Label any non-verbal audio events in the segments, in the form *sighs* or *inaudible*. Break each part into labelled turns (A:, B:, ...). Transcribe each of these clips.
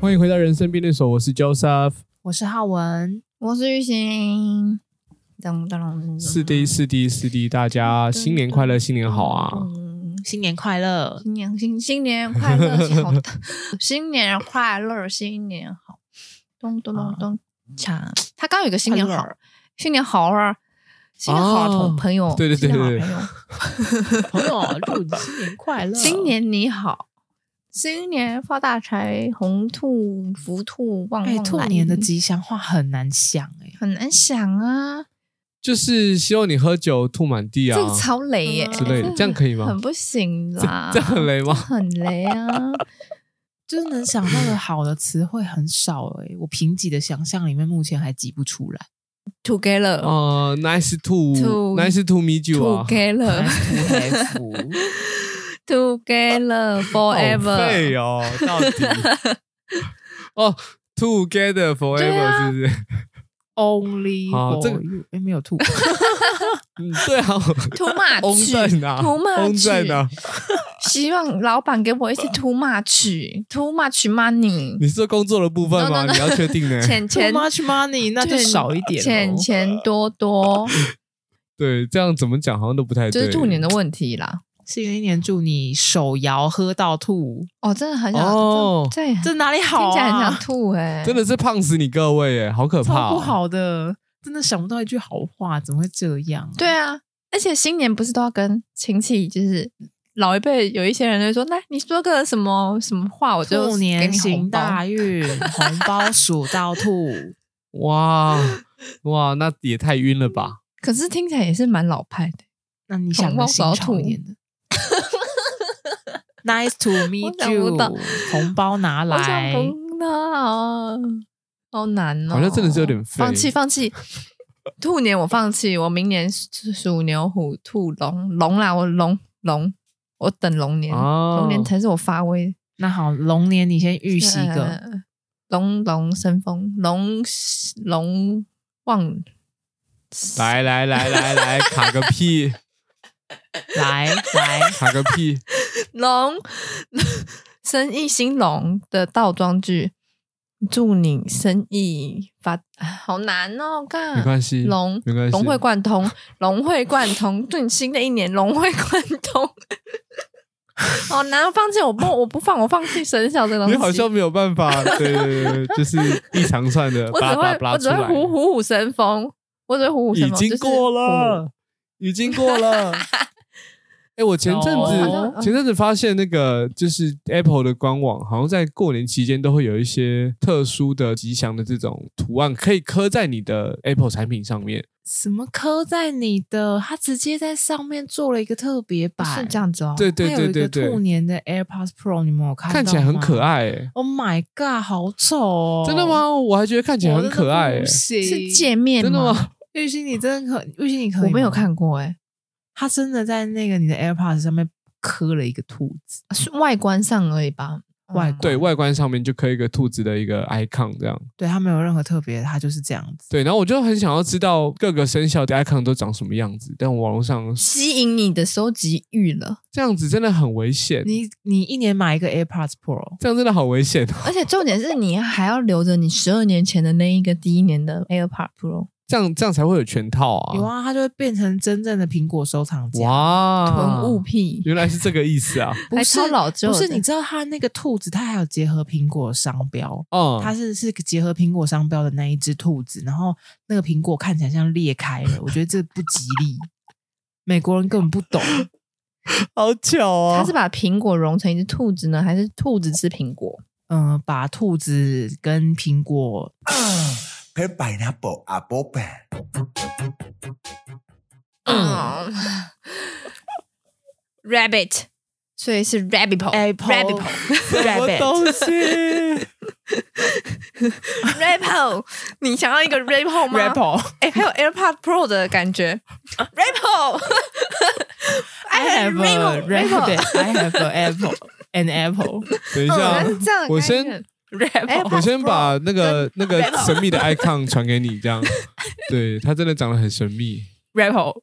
A: 欢迎回到人生辩论所，我是 Joseph。
B: 我是浩文，
C: 我是玉兴，噔噔噔，
A: 四 D 四 D 四 D，大家新年快乐，新年好啊！
C: 嗯，
B: 新年快乐！
C: 新年新新年快乐，好的，新年快乐，新年好，咚咚咚咚锵！
B: 嗯
C: 他刚有个新年好，新年好啊，新年好同朋友，
A: 对对对对
C: 朋友，
B: 朋友，祝你 *laughs* 新年快乐！
C: 新年你好，新年发大财，红兔福兔旺旺
B: 哎，
C: 来，
B: 兔年的吉祥话很难想哎，
C: 很难想啊，
A: 就是希望你喝酒吐满地
C: 这
A: 啊
C: 个超雷耶
A: 之类的，这样可以吗
C: 很？不行啦，
A: 这样很雷吗？
C: 很雷啊！
B: 就是能想到的好的词汇很少哎，我贫瘠的想象里面目前还挤不出 *laughs* 来。
C: together
A: 呃，Nice to
C: To-
A: Nice to meet you 啊，
B: 还
C: together
B: 是图黑福
C: *laughs* together
A: 好
C: forever，
A: Oh，废哦，到
C: *laughs*
A: 底哦，Together
C: 对
A: forever
C: 啊
A: 是不是？
B: *laughs* Only
A: 好这个
B: for you，哎，没有 *laughs* 兔，
A: 嗯，对
C: *laughs*
A: 啊，
C: too much
A: 翁正啊，
C: too
A: 翁正
C: much，
A: 啊，
C: 希望老板给我一些 too much too much money，
A: 你哎是说工作的部分
C: No,
A: 吗？
C: no, no
A: 你要确定呢？
C: 钱
B: too
C: 钱
B: much money，那就
C: 对
B: 少一点
C: 钱
B: 咯
C: 钱多多，
A: 对，这样怎么讲好像都不太
C: 就
A: 哎对。
C: 是兔年的问题啦。
B: 新的一年祝你手摇喝到 *laughs* 吐，
C: 哦，真的很想
A: 哦
C: 这这
B: 这哪里好
C: 听起来很想
B: 啊？
C: 吐哎，
A: 真的是胖死你各位耶，好可怕、哦
B: 超不。好的，真的想不到一句好话，怎么会这样啊？
C: 对啊，而且新年不是都要跟亲戚，就是老一辈有一些人就会说，来你说个什么什么话，我就
B: 兔
C: 给
B: 年
C: 你
B: 行
C: 红包
B: 大运，红包数到吐。
A: 哇哇，那也太晕了吧！
C: 可是听起来也是蛮老派的。
B: 那你想个新潮一点的？Nice to
C: 我
B: meet
C: 想不
B: you，
C: 到
B: 红包拿
C: 我想
B: 来。
C: 不到，好难哦。
A: 好像真的是有点废
C: 放弃，放弃。 *laughs* 兔年我放弃，我明年属鼠、牛、虎、兔、龙，龙啦，我龙龙，我等龙年，
A: 哦
C: 龙年才是我发威。
B: 那好，龙年你先预习一个，
C: 呃 *laughs* 龙龙生风，龙龙旺
A: 来来来来来，卡个屁，
B: 来
C: *laughs*
B: 来，
A: 卡个屁！
C: 龙 *laughs* 生意兴隆的倒装句，祝你生意发， *sighs* 哎好难哦，
A: 没
C: 干
A: 关系，
C: 龙
A: 没关系，
C: 融会
A: *laughs*
C: 贯通，融会贯通，祝你新的一年融会贯
A: *laughs*
C: 通。好难哦，放弃我不，我不放，我放弃神小这个东
A: 你
C: 西。
A: 好像没有办法，对对对，对就是一长串的，
C: *laughs* 我
A: 巴
C: 只
A: 拉
C: 会
A: 巴拉
C: 我
A: 出
C: 只会
A: 来，
C: 虎虎虎生风，我只会虎虎生
A: 已
C: 风。
A: 经
C: 就是
A: 过
C: 虎，
A: 了，已经过
C: *laughs*
A: 了。哎、我前阵子、
B: 有
C: 啊好像
A: 前阵子发现那个就是 Apple 的官网，好像在过年期间都会有一些特殊的吉祥的这种图案，可以刻在你的 Apple 产品上面。
B: 什么刻在你的？他直接在上面做了一个特别
C: 不
B: 版，
C: 是这样子哦。
A: 对对
B: 它有
A: 对
B: 一
A: 对
B: 个
A: 对
B: 兔，年的 AirPods Pro，你们有看到
A: 看起来很可
B: 吗。
A: 爱、欸。
B: Oh my god，好丑哦！
A: 真的？吗？我还觉得看起来很可爱、欸。
B: 是
C: 是界面
A: 真的吗？
B: 玉鑫，你真的可玉鑫，你可以
C: 我没有
B: 吗，
C: 看过哎、
B: 他真的在那个你的 AirPods 上面刻了一个兔子，
C: 是外观上而已吧。
B: 外
C: 观。
A: 对外观上面就刻一个兔子的一个 icon 这样。
B: 对他没有任何特别，他就是这样子。
A: 对，然后我就很想要知道各个生肖的 icon 都长什么样子，但网络上
C: 吸引你的收集欲了，
A: 这样子真的很危险，
B: 你你一年买一个 AirPods Pro，
A: 这样真的好危险哦。
C: 而且重点是你还要留着你十二年前的那一个第一年的 AirPod Pro
A: 这样这样才会有全套啊！
B: 有啊，它就会变成真正的苹果收藏家。
A: 哇，
C: 囤物癖，
A: 原来是这个意思
B: *laughs*
A: 啊！
B: 啊不
C: 还
B: 是
C: 哎超老旧
B: 不
C: 的，
B: 是，你知道它那个兔子，它还有结合苹果商标，
A: 哦、
B: 它是是结合苹果商标的那一只兔子，然后那个苹果看起来像裂开了，我觉得这不吉利。美国人根本不懂，
A: 好巧
C: 它
A: 哦
C: 是！把苹果融成一只兔子呢，还是兔子吃苹果？
B: 嗯、把兔子跟苹果
D: Pear pineapple apple pear.
C: 嗯，Rabbit，所以是 Rabbit
B: Apple
C: 哦 Rabbit
B: 哎 rabbit
A: 东
B: *laughs*
A: 西？
C: Rabbit，你想要一
B: *laughs*
C: 个 Rabbit 吗？
B: apple
C: 哎，还有 AirPod Pro 的感觉，Rabbit。
B: *laughs* I have a
C: Rabbit，
B: rabbit I have a apple an apple
A: *laughs* 等一下，啊
C: 这样的哎
A: 我
C: 概
A: 先
C: 念
B: rabbit
A: 我先把那
B: *laughs*
A: 个那个
C: Apple
A: 神秘的 icon 传给你，这样，对，它真的长得很神秘。
B: apple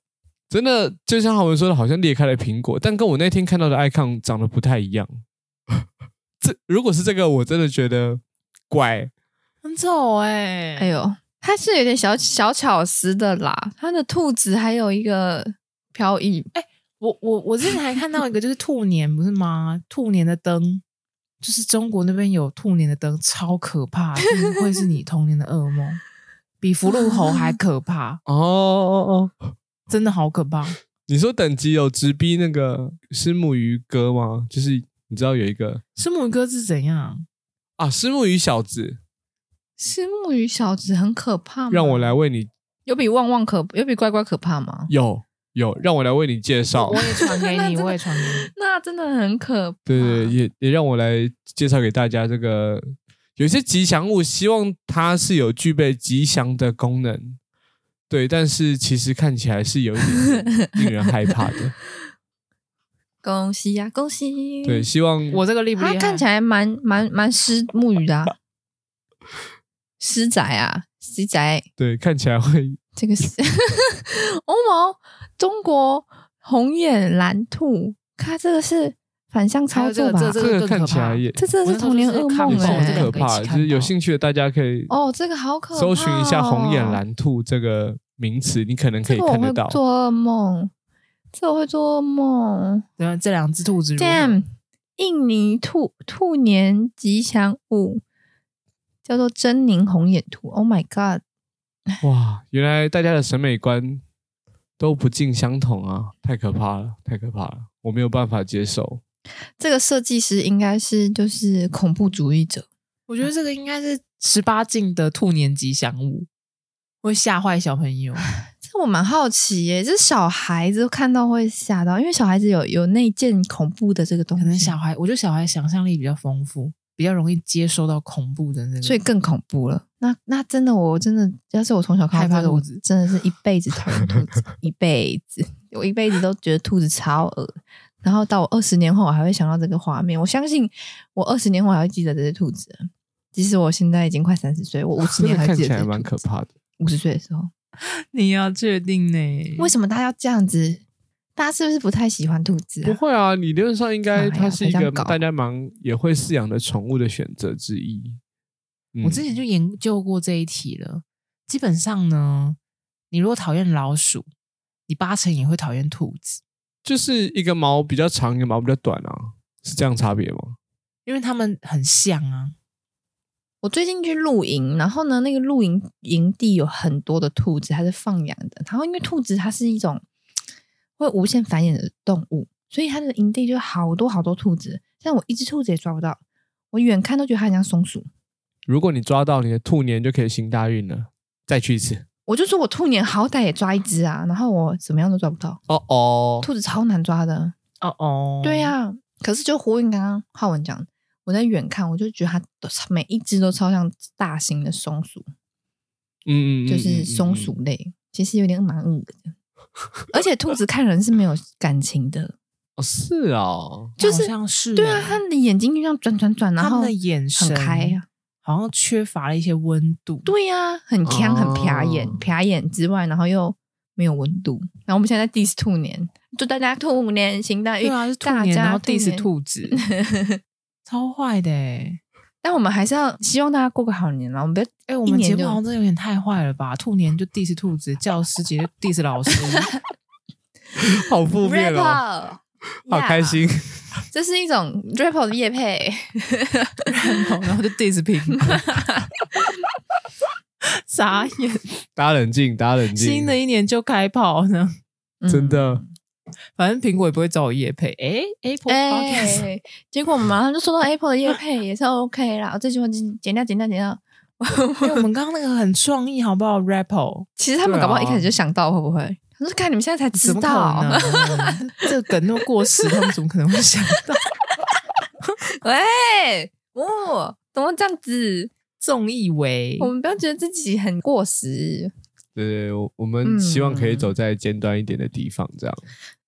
A: 真的就像浩文说的，好像裂开了苹果，但跟我那天 *laughs* 看到的 icon 长得不太一样。这如果是这个，我真的觉得怪，
B: 很丑哎、
C: 哎呦，它是有点小小巧思的啦。它的兔子还有一个飘逸，
B: 我我我之前还看到一个，就是兔年不是吗？兔年的灯，就是中国那边有兔年的灯，超可 *laughs* 怕，真的会是你童年的噩梦，比福禄猴还可 *laughs* 怕，
A: 哦哦哦，
B: 真的好可怕。
A: 你说等级有直逼那个石母鱼哥吗？就是你知道有一个
B: 师母哥是怎样？
A: 啊，石母鱼小子，
C: 是木鱼小子很可怕吗？
A: 让我来为你
C: 有比旺旺可有比乖乖可怕
A: *laughs*
C: 吗？
A: 有有，让我来为你介绍
B: 我，也传给
C: 那
B: 你， *laughs*
C: 真的
B: 我也传给你。
C: 那真的很可怕。
A: 对对，也也让我来介绍给大家这个。有一些吉祥物，希望它是有具备吉祥的功能，对，但是其实看起来是有一点令人害怕的。
C: 恭喜呀、恭喜！
A: 对，，希望
B: 我这个厉不厉
C: 它
B: 害？
C: 看起来蛮蛮蛮狮木鱼的、啊，狮仔啊，狮仔，
A: 对看起来会
C: 这个是 *laughs* 欧盟中国红眼蓝兔，它这个是反向
B: 还
C: 操
B: 有这
C: 作吧？
B: 个
C: 这
B: 这
A: 这
B: 个更
A: 个
B: 可
A: 看起
B: 怕
A: 来。也
C: 真的是童年噩梦
B: 我那时候
A: 也
B: 就是
A: 是很可
B: 看两
C: 哎、
B: 个一
A: 怕，
B: 起看
A: 就是有
B: 到
A: 兴趣的大家可以
C: 哦，这个好可怕、哦！哦
A: 搜寻一下“红眼，蓝兔”这个名词，你可能可
C: 这
A: 以
C: 个我
A: 看
C: 会
A: 得到。
C: 做噩梦，这我会做噩梦。
B: 然后这两只兔子如何
C: Damn，印尼兔兔年吉祥物叫做狰狞红眼兔。Oh my god！
A: 哇，原来大家的审美观都不尽相同啊！太可怕了，太可怕了，我没有办法接受。
C: 这个设计师应该是就是恐怖主义者，
B: 我觉得这个应该是十八禁的兔年吉祥物，会吓坏小朋 *laughs* 友。
C: 这我蛮好奇耶、这小孩子看到会吓到，因为小孩子有有内建恐怖的这个东西，
B: 可能小孩，我觉得小孩想象力比较丰富，比较容易接收到恐怖的
A: 嗯
B: 那个。 *laughs*
C: 所以更恐怖了。那那真的，我真的，要是我从小看
B: 害
C: 到
B: 怕
C: 这个，我
B: 兔子
C: 真的是一辈子讨厌兔
A: *laughs*
C: 子，一辈子，我一辈子都觉得兔子超恶。然后到我二十年后，我还会想到这个画面。我相信我二十年后还会记得这只兔子。即使我现在已经快三十岁，
A: *laughs*
C: 我五十
A: 真的
C: 年还
A: 看
C: 记
A: 起
C: 得这
A: 来
C: 只
A: 蛮
C: 兔
A: 可
C: 子。
A: 怕的。
C: 五十岁的时候，
B: 你要确定呢？
C: 为什么大家要这样子？大家是不是不太喜欢兔子
A: 不
C: 啊？
A: 会啊，理论上应该
C: 妈哎呀
A: 它是一
C: 才这
A: 个
C: 样搞
A: 大家蛮也会饲养的宠物的选择之一。嗯
B: 我之前就研究过这一题了。基本上呢，你如果讨厌老鼠，你八成也会讨厌兔子，
A: 就是一个毛比较长，一个毛比较短啊，是这样差别吗？
B: 因为它们很像啊。
C: 我最近去露营，然后呢，那个露营营地有很多的兔子，它是放养的。然后因为兔子它是一种会无限繁衍的动物，所以它的营地就好多好多兔子。但我一只兔子也抓不到，我远看都觉得它很像松鼠。
A: 如果你抓到你的兔年，就可以行大运了。再去一次。
C: 我就说我兔年好歹也抓一只啊，然后我怎么样都抓不到，
A: 哦哦，
C: 兔子超难抓的。
B: 哦哦，
C: 对、呀、可是就呼应刚刚浩文讲的，我在远看我就觉得它都每一只都超像大型的松鼠。
A: 嗯嗯嗯，
C: 就
A: 嗯
C: 是松。
A: 嗯
C: 鼠
A: 嗯
C: 类，其实有点蛮恶的。而且兔子看人是没有感情的，
A: 哦，是哦，
C: 就是
B: 好像是
C: 对啊，
B: 欸
C: 它的眼睛就这样转转转，然
B: 它
C: 后
B: 们的眼神
C: 很开啊，
B: 好像缺乏了一些温度。
C: 对呀、很
B: 哦
C: 强，很瞟眼
A: 哦，
C: 瞟眼之外，然后又没有温度。然后我们现在在 diss 兔年，祝大家兔年行大运，
B: 对啊，是兔
C: 哎大
B: 年，
C: 家
B: 然后 diss
C: 年。
B: 兔
C: *laughs*
B: 子，超坏的哎、
C: 但我们还是要希望大家过个好年啦，我们不要
B: 哎、我
C: 一
B: 们
C: 年
B: 节目
C: 就
B: 好像真的有点太坏了吧？兔年就 diss 兔子，教师节就 diss 老
C: *laughs*
B: 师，
A: 好负面
C: rap
A: 哦，
C: up，
A: 好开
C: yeah，
A: 心。 *laughs*
C: 这是一种 rap up 的夜配。
B: 然后就 diss 苹 *laughs* 果，傻眼。
A: 大家冷静，大家冷静。
B: 新的一年就开炮呢，
C: 嗯
A: 真的
B: 反正苹果也不会找我叶配。哎、a p p l e
C: 哎、
B: Podcast，、
C: *laughs* 结果我们马上就 *laughs* 收到 Apple 的业配，也是 OK 啦。这句话剪剪掉，剪掉，剪掉。
B: 因为哎我们刚刚那个很创意，好不好 r a p o
C: 其实他
A: 对
C: 们
A: 啊
C: 搞不好一开始就想到，会不会？他说：“看你们现在才知
B: 怎么
C: 道
B: 可，能？ *laughs* 这个梗都过时，他们怎么可能会想到？*laughs*
C: *laughs* 喂，哦，怎么这样子？
B: 众以为
C: 我们不要觉得自己很过时。
A: 对，我我们希望可以
C: 嗯
A: 走在尖端一点的地方，这样。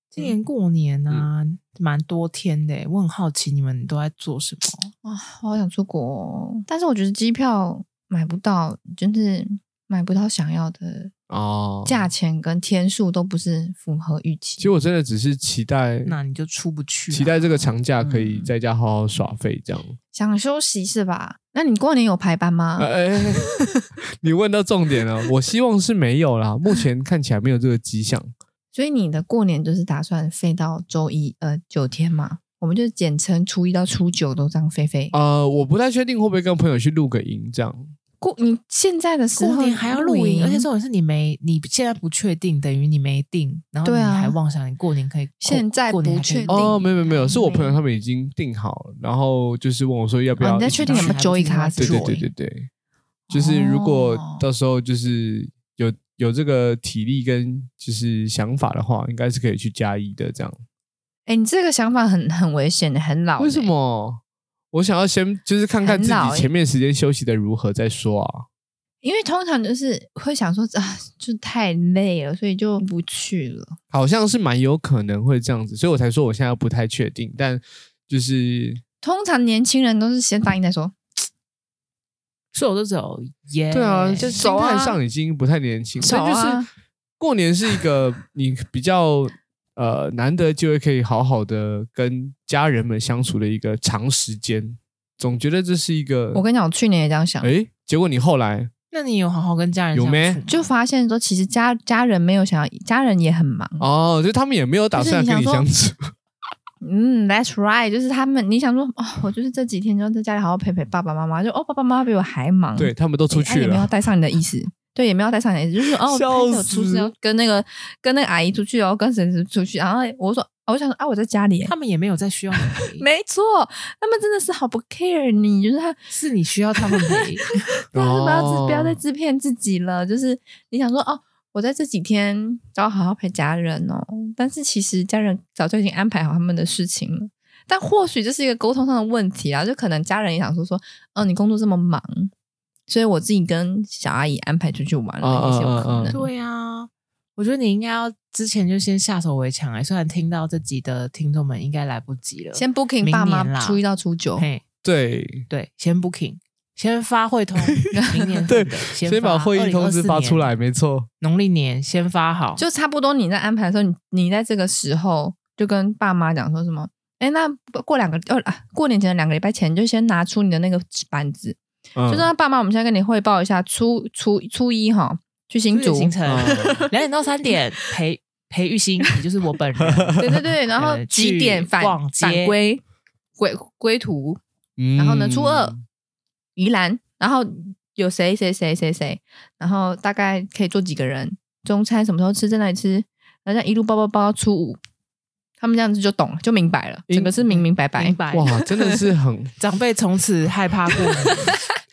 B: 今年过年啊，
C: 嗯
B: 蛮多天的欸，我很好奇你们都在做什么。
C: 哇，我好想出国、哦，但是我觉得机票买不到，就是买不到想要的
A: 哦，
C: 价钱跟天数都不是符合预
A: 其
C: 期
A: 实。我真的只是期待，
B: 那你就出不去、啊
A: 期待这个长假可
C: 嗯
A: 以在家好好耍废这样。
C: 想休息是吧？那你过年有排班吗？
A: 哎、
C: *laughs*
A: 哎哎你问到重点了，我希望是没有啦，目前看起来没有这个迹象。
C: 所以你的过年就是打算飞到周一呃九天嘛？我们就简称初一到初九都这样飞飞。
B: 哦
A: 呃，我不太确定会不会跟朋友去露个营这样。
C: 过你现在的时候
B: 过年还要露营，而且
C: 哦
B: 重点是你没，你现在不确定，等于你没定，然后你
C: 对啊
B: 还妄想你过年可以过，
C: 现在
B: 过年
C: 不
B: 还可以
C: 确定嗯
A: 哦，没有没有没有，是我
C: 没有
A: 朋友他们已经定好了，然后就是问我说要不
C: 哦
A: 要
C: 你在
A: 一起
C: 确定有没有周一卡
A: 对
C: 子？欸
A: 对对对对，就是如果
C: 哦
A: 到时候就是有有这个体力跟就是想法的话，应该是可以去加一的这样。
C: 哎、你这个想法很很危险的，很老、欸
A: 为什？么？我想要先就是看看自
C: 很老
A: 己
C: 欸
A: 前面时间休息的如何再说啊。
C: 因为通常就是会想说啊，就太累了，所以就不去了。
A: 好像是蛮有可能会这样子，所以我才说我现在不太确定，但就是
C: 通常年轻人都是先答应再说，
B: 所以我都走耶。
A: 对啊，
C: 哎就
A: 心
C: 走
A: 态
C: 啊
A: 上已经不太年轻，
C: 走
A: 但就
C: 啊
A: 是过年是一个 *laughs* 你比较呃难得就会可以好好的跟家人们相处的一个长时间，总觉得这是一个
C: 我跟你讲，我去年也这样想，
A: 诶，结果你后来
B: 那你有好好跟家人
A: 有
B: 相
A: 咩
B: 处吗
C: 就发现说，其实家家人没有想要，家人也很忙。
A: 哦，就他们也没有打算
C: 嗯就是
A: 跟你
C: 你想
A: 相处，
C: 嗯，That's right，就是他们，你想说哦，我就是这几天就在家里好好陪陪爸爸妈妈，就哦，爸爸妈妈比我还忙，
A: 对他们都出
C: 哎
A: 去
C: 也没有
A: 了，
C: 带上你的意思，对，也没有带上你的意思，就是哦，
A: 笑
C: 我出
A: 死
C: 事要跟那个跟那个阿姨出去哦，跟谁谁出去，然后我说，哦我想说啊，我在
A: *laughs*
C: 家里耶，
B: *laughs* 他们也没有在需要
C: *laughs*
B: 你陪，
C: 没错，他们真的是好不 care 你，就是他
B: 是你需要他们陪。
C: 对啊，就不要自、不要再
A: 哦
C: 自骗自己了。就是你想说哦，我在这几天都要好好陪家人哦，但是其实家人早就已经安排好他们的事情了。但或许这是一个沟通上的问题啊，就可能家人也想说说，嗯、你工作这么忙，所以我自己跟小阿姨安排出去玩
A: 嗯
C: 了，也是有可
A: 嗯嗯嗯
B: *laughs*
C: 能。
B: 对啊，我觉得你应该要之前就先下手为强哎、虽然听到这集的听众们应该来不及了，
C: 先 booking
B: 明
C: 爸妈
B: 年啦
C: 初一到初九，
B: 嘿，
A: 对，
B: 对，先 booking，先发
A: *laughs*
B: 会通，明年
A: 对
B: 份的先
A: 先把
B: 发
A: 会议通知发出，
B: 2024
A: 来，
B: 年
A: 没错，
B: 农历年先发好，
C: 就差不多你在安排的时候，你你在这个时候就跟爸妈讲说什么？哎，那过两个呃，啊过年前的两个礼拜前，你就先拿出你的那个纸板子，
A: 嗯
C: 就让爸妈我们现在跟你汇报一下，初初初一哈去新
B: 出
C: 竹
B: 去，行程
A: 嗯
C: *laughs*
B: 两点到三点陪陪玉兴，也就是我本
A: *laughs*
B: 人，
C: 对
B: *laughs*
C: 对对，然后
B: 呃
C: 几
B: 去
C: 点返
B: 逛街
C: 返归归归途，然后呢初二
A: 嗯
C: 宜兰，然后有谁谁谁谁谁，然后大概可以坐几个人，中餐什么时候吃在哪里吃，然后这样一路包包包到初五，他们这样子就懂了，就明白了，
A: 应
C: 整个是明明白白
B: 明，白？
C: 哎
A: 哇，真的是很
B: *laughs*
C: *laughs*
B: 长辈从此害怕过年，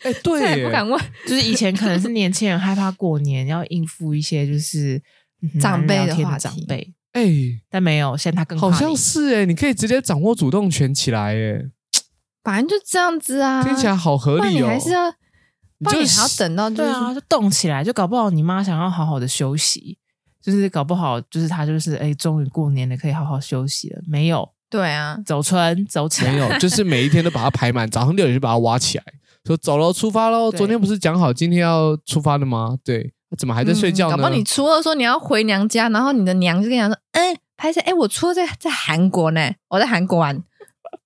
A: 哎、对
C: 再也
A: 耶
C: 不敢问。
B: 就是以前可能是年轻人害怕过年，要应付一些就是嗯
C: 长辈
B: 难
C: 的
B: 聊天
C: 话
B: 的
C: 题
B: 长辈，
A: 哎、
B: 但没有，现在他更
A: 好
B: 怕
A: 像
B: 你
A: 是哎、你可以直接掌握主动权起来哎、
C: 反正就这样子啊，
A: 听起来好合
C: 不然
A: 理
C: 你
A: 哦、
C: 还是要，
A: 你
C: 不然
A: 就
C: 你还要等到就
B: 对
C: 是
B: 啊，就动起来，就搞不好你妈想要好好的休息，就是搞不好就是她就是哎，终于过年了，可以好好休息了。没有
C: 对啊，
B: 走村走起来
A: 没，有，就是每一天都把它排满，早上六点就把它挖起来，说走喽，出发喽。
B: 对
A: 昨天不是讲好今天要出发的吗？对，啊怎么还在睡觉呢？
C: 嗯搞不好你初二说你要回娘家，然后你的娘就跟你讲说，嗯，拍摄，哎，我初二在在韩国呢，我在韩国玩。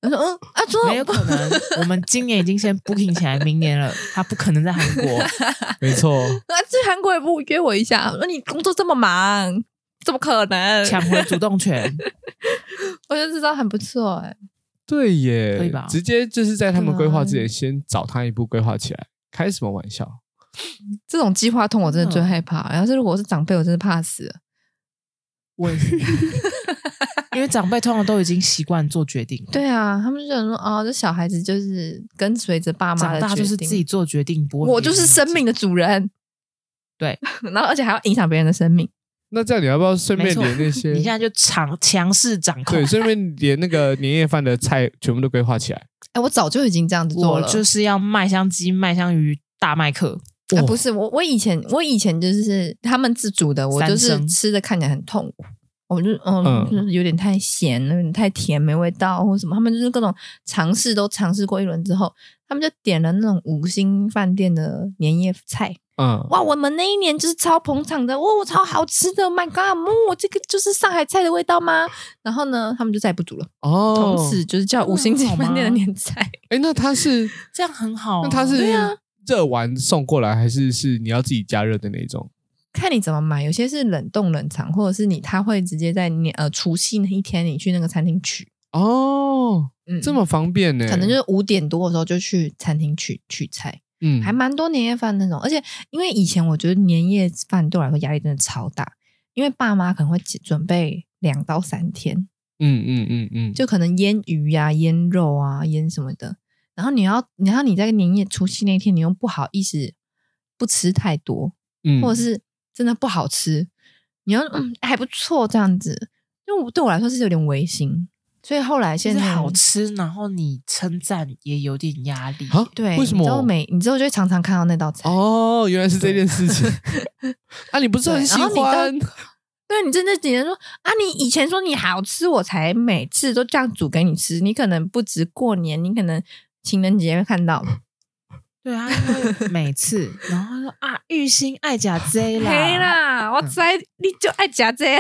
C: 我说，嗯，啊，初
B: 没有
C: 二
B: 可能。我们今年已经先 booking 起来，明年了，她不可能在韩国。
A: 没
C: *laughs*
A: 错，
C: 啊，去韩国也不约我一下，那你工作这么忙，怎么可能？
B: 抢回主动权，
C: 我就知道很不错哎、
A: 对耶，
B: 可以吧
A: 直接就是在他们规划之
C: 对啊
A: 前，先早他一步规划起来。开什么玩笑？
C: 这种计划通我真的最
B: 真的
C: 害怕，然后是如果我是长辈，我真的怕死了。
B: 我也是，因为长辈通常都已经习惯做决定了，
C: 对啊，他们就想说，哦，这小孩子就是跟随着爸妈
B: 长
C: 的
B: 大
C: 决
B: 就是
C: 定
B: 自己做决定，不会
C: 我就是生命的主人。
B: 对，
C: *laughs* 然后而且还要影响别人的生命。
A: 那这样你要不要顺
B: 没
A: 便
B: 错
A: 连那
C: *laughs*
B: 别
A: 些
B: 人。你现在就强强势掌控
A: 对，，顺便连那个年夜饭的菜全部都规划起来。
C: 哎，我早就已经这样子做
B: 我
C: 了，
B: 就是要麦香鸡、麦香鱼、大麦克。哦
C: 啊，
A: 哇
C: 不是我，我以前我以前就是他们自煮的，我
B: 三
C: 就是
B: 生
C: 吃的看起来很痛苦，我就嗯，
A: 嗯
C: 就是有点太咸，有点太甜，没味道或什么。他们就是各种尝试都尝试过一轮之后，他们就点了那种五星饭店的年夜菜，
A: 嗯，
C: 哇，我们那一年就是超捧场的，哇，超好吃的，My God，哇，这个就是上海菜的味道吗？然后呢，他们就再也不煮了，
A: 哦，
C: 从此就是叫五星级饭店的年菜。
A: 哎，那它是
B: 这样很好啊、
A: 那它是
C: 对啊
A: 热完送过来，还是是你要自己加热的那种？
C: 看你怎么买，有些是冷冻冷藏，或者是你他会直接在你呃除夕那一天你去那个餐厅取，
A: 哦，
C: 嗯，
A: 这么方便呢？
C: 可能就是五点多的时候就去餐厅取取菜，
A: 嗯
C: 还蛮多年夜饭那种。而且因为以前我觉得年夜饭对我来说压力真的超大，因为爸妈可能会准备两到三天，
A: 嗯嗯嗯嗯，
C: 就可能腌鱼啊、腌肉啊、腌什么的。然后你要，然后你在年夜除夕那天，你又不好意思不吃太多，
A: 嗯
C: 或者是真的不好吃，你要嗯还不错这样子，因为我对我来说是有点违心，所以后来
B: 就
C: 现
B: 是
C: 在
B: 好吃，然后你称赞也有点压力。
A: 啊，
C: 对，
A: 为什
C: 你知道
A: 么？
C: 每你之后就会常常看到那道菜，
A: 哦，原来是这件事
C: *laughs*
A: 情。啊，你不是
C: 对
A: 很喜
C: 然后你到
A: 欢？
C: 对你真的只能说啊，你以前说你好吃，我才每次都这样煮给你吃，你可能不止过年，你可能情人节会看到，
B: 对啊，因为每次，然后他说啊，玉兴爱甲 Z
C: *laughs*
B: 啦，嗯
C: 嘿啦，我知你就爱夹这个，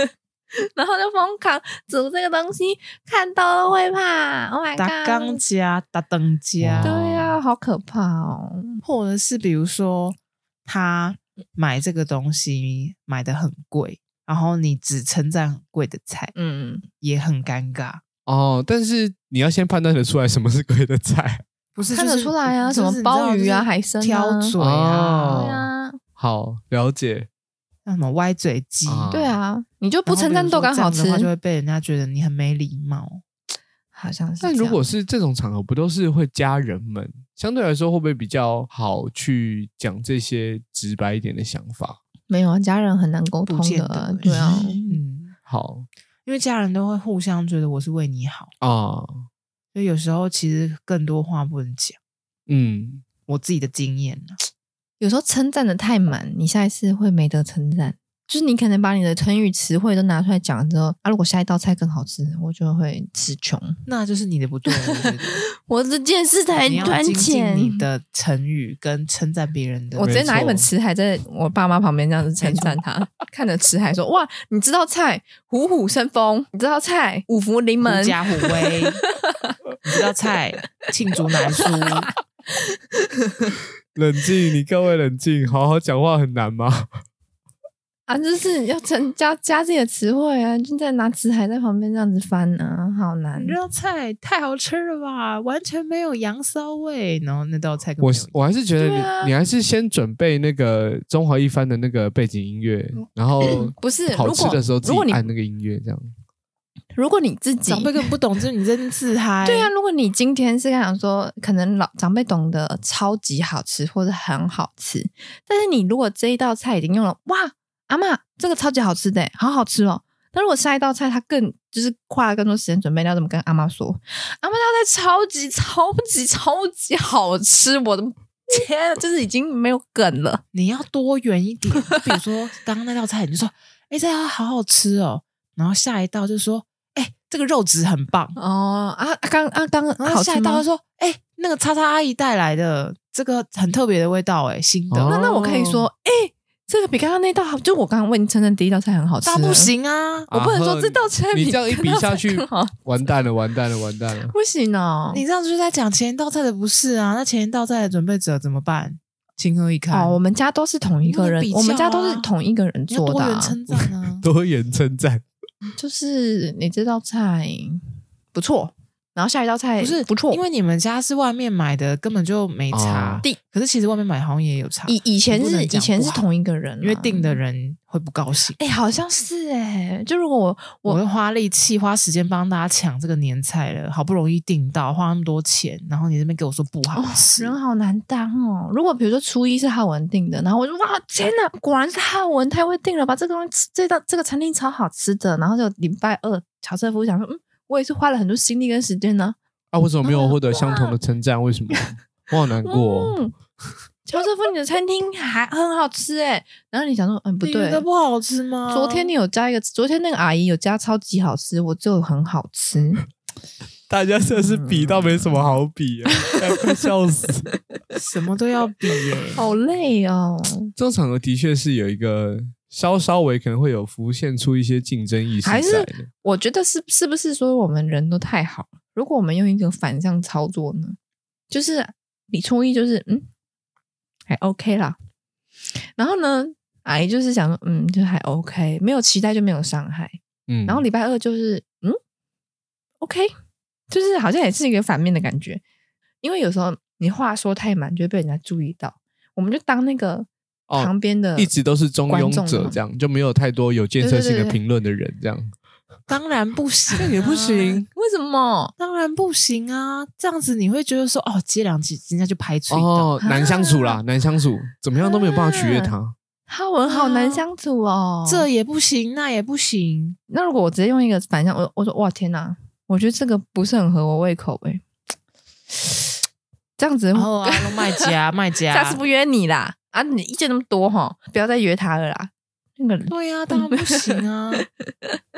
C: *laughs* 然后就疯狂煮这个东西，看到都会怕。Oh my
B: 打钢
C: god！
B: 家，打灯
A: 哇
B: 家，
C: 对呀、啊，好可怕哦！
B: 或者是比如说他买这个东西买的很贵，然后你只称赞很贵的菜，
C: 嗯，
B: 也很尴尬。
A: 哦，但是你要先判断得出来什么是贵的菜。
B: 不是
C: 看得出来啊什么鲍鱼啊海参啊
B: 挑嘴
A: 哦
B: 啊，
C: 对啊，
A: 好，了解。
B: 那什么歪嘴鸡，
A: 啊
C: 对啊，你就不称赞豆干
B: 然后
C: 好
B: 比
C: 吃
B: 如说这样的，话就会被人家觉得你很没礼貌。
C: 好像是这
A: 但
C: 样。
A: 如果是这种场合，不都是会加人们？相对来说，会不会比较好去讲这些直白一点的想法？
C: 没有啊，家人很难沟通
B: 不见
C: 的
B: 得，
C: 对啊，
B: 嗯，
A: 好
B: 因为家人都会互相觉得我是为你好，
A: 啊，
B: 所以有时候其实更多话不能讲。
A: 嗯，
B: 我自己的经验啊
C: 有时候称赞的太满，你下一次会没得称赞。就是你可能把你的成语词汇都拿出来讲之后，啊，如果下一道菜更好吃，我就会词穷。
B: 那就是你的不对。啊我觉得
C: *laughs* 我这件事才
B: 你要
C: 赚
B: 精进
C: 钱。
B: 你的成语跟称赞别人的，
C: 我直接拿一
A: 没
C: 本
A: 错
C: 词海在我爸妈旁边这样子称赞他，看着词海说：“哇，你知道菜虎虎生风，你知道菜五福临门
B: 狐，假虎
C: *laughs*
B: 威，你知道菜罄竹难书，
A: 冷静，你各位冷静，好好讲话很难吗？
C: 啊，就是要增加加自己的词汇啊，就在拿词海在旁边这样子翻啊，好难
B: 你。知道菜太好吃了吧，完全没有羊骚味。然后那道菜根
A: 我
B: 本
A: 是我还是觉得你，
C: 对啊
A: 你还是先准备那个中华一番的那个背景音乐，然后
C: 不嗯是
A: 好
C: 如
A: 吃
C: 果
A: 的时候自
C: 如果
A: 己
C: 你
A: 按那个音乐，这样
C: 如果你自己
B: 长辈根本不懂，就是你在那自嗨。
C: 对啊，，如果你今天是想说，可能老长辈懂得超级好吃或者很好吃，但是你如果这一道菜已经用了，哇，阿嬷这个超级好吃的欸，好好吃哦。那如果下一道菜他更就是花了更多时间准备，你要怎么跟阿妈说？阿妈那道菜超级超级超级好吃，我的天啊，就是已经没有梗了。
B: 你要多元一点。比如说刚刚那道菜，你就说：“哎，这道好好吃哦。”然后下一道就说：“哎，这个肉质很棒。
C: 哦啊，啊刚啊刚”
B: 然后
C: 好
B: 下
C: 吃
B: 一道
C: 吗
B: 就？说：“哎，那个叉叉阿姨带来的这个很特别的味道，哎，新的。”
A: 哦
C: 那那我可以说，哎、这个比刚刚那道好，就我刚刚为你称赞第一道菜很好吃，哦
B: 那不。行啊！
C: 我不能
A: 啊
C: 说
A: 呵
C: 这道菜
A: 你
C: 比
A: 这样一比
C: 那道
A: 下
C: 菜
A: 去
C: 更好，
A: 完蛋了，完蛋了，完蛋了。！
C: 不行哦。
B: 你这样就是在讲前一道菜的不是啊？那前一道菜的准备者怎么办？情何以堪？
C: 哦，我们家都是同一个人
B: 你，不能比较啊
C: 我们家都是同一个人
B: 你要
C: 做
B: 多
C: 的啊、
B: 元称赞啊
A: 多元称赞，
C: 就是你这道菜不错，然后下一道菜
B: 不是
C: *laughs* 不错，
B: 因为你们家是外面买的，根本就没差
A: 哦。
C: 定
B: 可是其实外面买好像也有差，
C: 以以前
B: 你不
C: 是
B: 能
C: 以
B: 讲
C: 前
B: 不
C: 是
B: 好
C: 同一个人、啊
B: 因为订的。人会不高兴。
C: 哎、好像是哎、就如果我
B: 我
C: 我
B: 会花力气、花时间帮大家抢这个年菜了，好不容易订到，花那么多钱，然后你这边给我说不好
C: 哦，
B: 吃，
C: 人好难当哦。如果比如说初一是浩文订的，然后我就哇天哪，果然是浩文太会订了吧？这个东西这道这个餐厅超好吃的。然后就礼拜二，乔瑟夫想说，嗯，我也是花了很多心力跟时间呢、
A: 啊，为什么没有获得相同的称赞？为什么？我好难过哦、
C: 嗯，乔瑟夫，你的餐厅还很好吃哎、然后你想说，嗯，不
B: 你觉
C: 对
B: 得，不好啊吃吗？
C: 昨天你有加一个，昨天那个阿姨有加超级好吃，我只有很好吃。
A: 大家真的是比到没什么好比 *laughs* 啊，快笑死！
B: 什么都要比耶、
C: 好累哦。
A: 这种场合的确是有一个稍稍微可能会有浮现出一些竞争意识在
C: 还是
A: 的，
C: 我觉得是是不是说我们人都太好了？如果我们用一个反向操作呢，就是李初一就是嗯还 OK 啦，然后呢阿姨就是想说嗯就还 OK，没有期待就没有伤害，
A: 嗯，
C: 然后礼拜二就是嗯，OK，就是好像也是一个反面的感觉，因为有时候你话说太满，就会被人家注意到。我们就当那个
A: 哦
C: 旁边的、
A: 一直都是中
C: 观众
A: 庸者
C: 嘛
A: 这样，就没有太多有建设性
C: 对对
A: 的
C: 对对
A: 评论的人这样。
B: *laughs* 当然不行、也
C: 啊， *laughs* 为什么？
B: 当然不行啊！这样子你会觉得说，哦，接两集人家就排除哦，
A: 哦，难相处啦，难相处，怎么样都没有办法取悦他。
C: 浩文好难相处哦。
B: 这也不行，那也不行，
C: 那如果我直接用一个反向，我我说哇天哪，我觉得这个不是很合我胃口哎、这样子
B: 然
A: 哦
B: 后 *laughs* 啊，都卖家卖
A: 啊
B: 家，
C: 下次不约你啦啊！你意见那么多哈，不要再约他了啦。那个人
B: 对呀、当然不行 *laughs* 啊！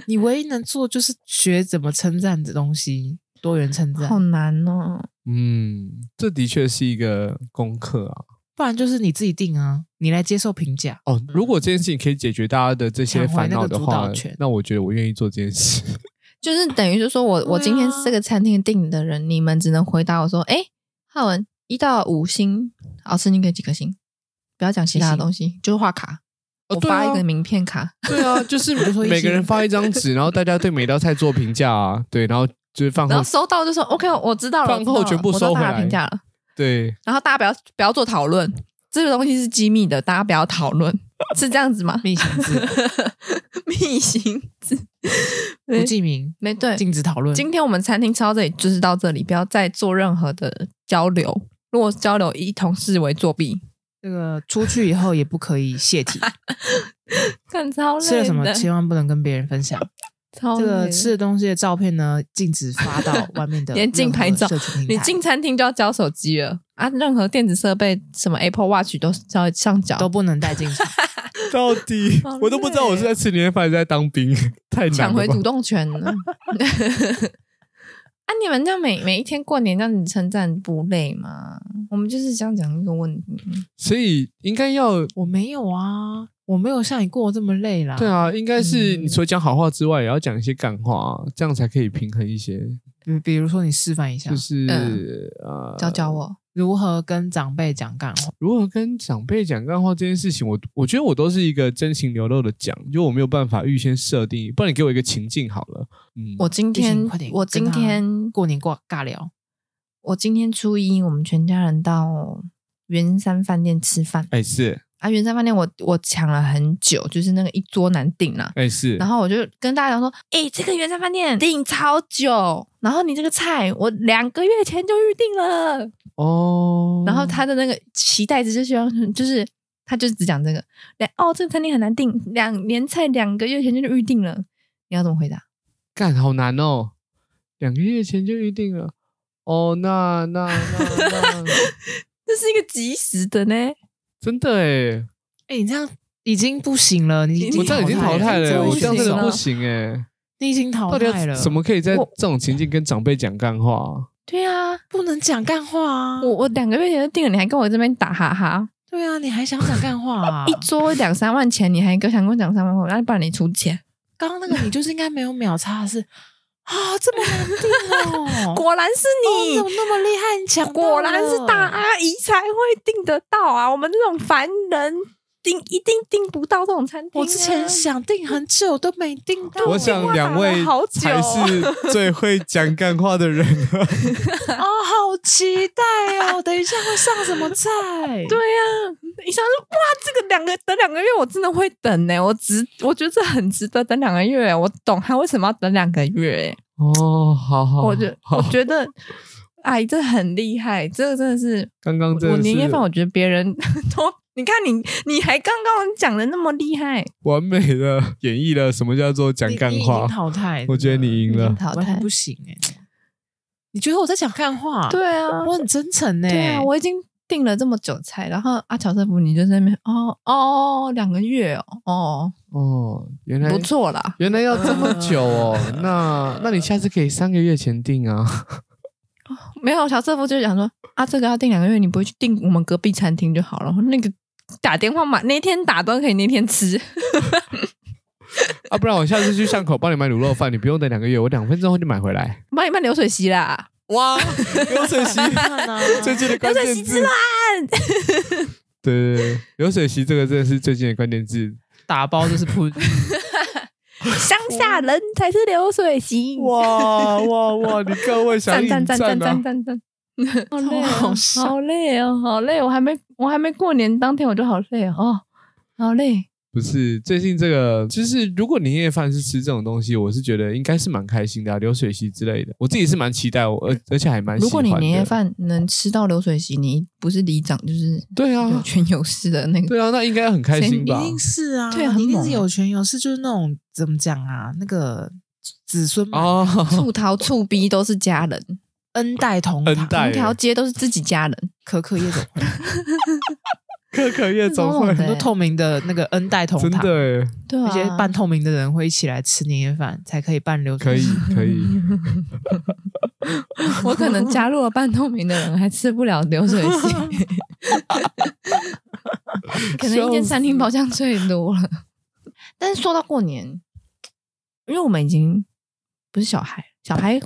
B: 你唯一能做就是学怎么称赞的东西，多元称
A: 啊
B: 赞
C: 好，难哦。
A: 嗯，这的确是一个功课啊。
B: 不然就是你自己定啊，你来接受评价。
A: 哦，如果这件事情可以解决大家的这些
B: 抢回
A: 烦
B: 那
A: 恼
B: 个
A: 的
B: 主
A: 话
B: 导权，
A: 那我觉得我愿意做这件事。
C: 就是等于是说
A: 啊
C: 我、我今天是这个餐厅订的人，你们只能回答我说：“哎、浩文，一到五星，老师你给几颗星？”不要讲其他的东西，就是画卡，
A: 哦
C: 我
A: 对啊
C: 发一个名片卡。
A: 对啊，就是
B: 就说一
A: 每个
B: 些
A: 人发一张纸，然后大家对每道菜做评价啊，对，然后就是放
C: 然
A: 后
C: 后收到就说 OK，我知道了，
A: 饭后
C: 我知道了
A: 全部收
C: 我知道大家
A: 回来
C: 评价了。
A: 对，
C: 然后大家不要不要做讨论，这个东西是机密的，大家不要讨 *laughs* 论，是这样子 *laughs* 吗？
B: 密行 *laughs* 字
C: 密行字，
B: 不记名，
C: 没对，
B: 禁止讨论。
C: 今天我们餐厅吃到这里就是到这里，不要再做任何的交流。如果交流一同视为作弊，
B: 这个出去以后也不可以泄 *laughs* 题，
C: 看超
B: 吃了什
C: 累
B: 么
C: 的，
B: 千万不能跟别人分享。
C: 超
A: 哦
B: 这个
C: 累
B: 吃的东西的照片呢，禁止发到
A: *laughs*
B: 外面的
C: 连竞拍照
B: 任何社群平
C: 你
B: 台
C: 进餐厅就要交手机了啊！任何电子设备，什么 Apple Watch 都是要上缴，
B: 都不能
A: *laughs*
B: 带进去。
A: 到底
C: 好
A: 我都不知道我是在吃年夜饭还是在当兵， *laughs* 太难
C: *laughs* 抢
A: 了
C: 回
A: 吧
C: 主？动权了。 *laughs* 啊，你们这样每每一天过年，这样你称赞不累吗？我们就是这样讲一个问题，
A: 所以应该要
B: 我没有啊，我没有像你过得这么累啦。
A: 对，啊，应该是
B: 嗯
A: 你除了讲好话之外，也要讲一些干话啊，这样才可以平衡一些。
B: 比比如说你示范一下
A: 就，是
C: 啊嗯
A: 呃，
C: 教教我。
B: 如何跟长辈讲干话。
A: 如何跟长辈讲干话这件事情，我我觉得我都是一个真情流露的讲，就我没有办法预先设定，不然你给我一个情境好了。嗯，
C: 我今天
B: 不行快点，
C: 我今天
B: 跟他过年过尬聊，
C: 我今天初一，我们全家人到圆山饭店吃饭
A: 哎是
C: 啊。圆山饭店我我抢了很久，就是那个一桌难订啦。
A: 哎是，
C: 然后我就跟大家讲说，哎、这个圆山饭店订超久，然后你这个菜我两个月前就预定了。
A: 哦，
C: 然后他的那个期待值就希望嗯就是。他就只讲这个，两哦，这个餐厅很难订，两年菜两个月前就预定了，你要怎么回答？
A: 干好难哦，两个月前就预定了。哦，那那 *laughs* 那那
C: 这是一个及时的呢，
A: 真的哎，
B: 哎，你这样已经不行了，你
A: 我这样已经淘汰了，
C: 你
A: 我这样真的
C: 了
A: 不行哎。
B: 你已经淘
A: 到底
B: 汰了，
A: 要怎么可以在
C: 我
A: 这种情境跟长辈讲干话啊？
C: 对啊，
B: 不能讲干话啊？
C: 我我两个月前就订了，你还跟我这边打哈哈，
B: 对啊，你还想讲干话
A: *laughs*
B: 啊
C: 一？桌两三万钱，你还跟想跟我讲三万块，那不然你出钱？
B: 刚刚那个你就是应该没有秒差的是啊，这么难定
A: *laughs*
B: 哦，
C: 果然是
B: 哦
C: 你，
B: 怎么那么厉害？你抢到
C: 果然是大
B: 了
C: 阿姨才会订得到啊！我们这种凡人订一定订不到这种餐厅啊、
B: 我之前想订很久都没订到，哦
A: 我想两位才 *laughs* 是最会讲干话的人。 *laughs*
B: 啊、哦，好期待哦！等 *laughs* 一下会上什么菜？
C: 对呀、你想说哇，这个两个等两个月，我真的会等呢、我值，我觉得这很值得等两个月、我懂他为什么要等两个月、
A: 哦，好好，*laughs*
C: 我觉
A: 好
C: 我觉得。阿姨，这很厉害，这个真的是
A: 刚刚真
C: 我
A: 的
C: 年夜饭，我
A: 是
C: 觉得别人 *laughs* 都，你看你，你还刚刚讲的那么厉害，
A: 完美的演绎了什么叫做讲干
B: 你你已
A: 话
B: 经。淘汰，
A: 我觉得你赢了，
C: 淘
B: 完全欸不行哎、你觉得我在讲干话？
C: 对啊，
B: 我很真诚呢、欸
C: 对啊，我已经订了这么久菜，然后阿乔师傅你就在那边哦哦两个月哦哦
A: 哦，原来
C: 不错啦，
A: 原来要这么久 *laughs* 哦，那那你下次可以三个月前订啊。
C: 没有乔师傅就想说啊这个要订两个月，你不会去订我们隔壁餐厅就好了，那个打电话买那天打都可以那天吃，
A: 啊，不然我下次去巷口帮你买卤肉饭，你不用等两个月，我两分钟后就买回 *laughs* 来。
C: 帮你办流水
A: *laughs*
C: 席啦，
A: 哇，流水
C: *laughs*
A: 席， *laughs*
B: 看啊，
A: 最近的关
C: 流
A: 键
C: 水席
A: 字
C: 之 *laughs* 乱。
A: 对对对，流水席这个真的是最近的关键字。
B: 打包就是
A: *laughs*
B: 扑，
C: 乡下人才是流水席，
A: 哇哇哇！你各位想
C: 赞
A: 引
C: 赞赞赞
A: 战
C: 赞
A: 啊？
C: 赞赞，好累 *laughs*
B: 超
C: 哦
B: 好，笑
C: 好累哦，好累，我还没我还没过年当天我就好累哦，哦好累，
A: 不是，最近这个就是，如果年夜饭是吃这种东西，我是觉得应该是蛮开心的、啊，流水席之类的，我自己是蛮期待，我而而且还蛮喜
C: 如
A: 欢
C: 果你
A: 的
C: 年夜饭能吃到流水席，你不是里长就是
A: 对啊
C: 有权有势的那个。
A: 对啊，那应该很开心
B: 一
A: 吧？
B: 定是啊，
C: 对啊很
B: 你一定
C: 猛
B: 是
C: 啊
B: 有权有势，就是那种怎么讲啊，那个子孙嘛，
A: 哦，
C: 醋桃醋逼都是家人，
B: 恩代同
A: 恩
B: 堂，
A: 代
C: 整条街都是自己家人，
B: 可可夜总会，
A: 可可夜总
C: 这
A: 会
C: 种，
B: 很多
C: 对
B: 透明的那个恩代同
A: 真
B: 堂，
A: 的耶
C: 对
B: 那
C: 啊，
B: 些半透明的人会一起来吃年夜饭，才可以办流
A: 可
B: 水
A: 以
B: 席。
A: 可以，
C: 我可能加入了半透明的人，还吃不了流水席， *laughs* 可能一间餐厅包厢最多了。 *laughs* 但是说到过年，因为我们已经不是小孩，小孩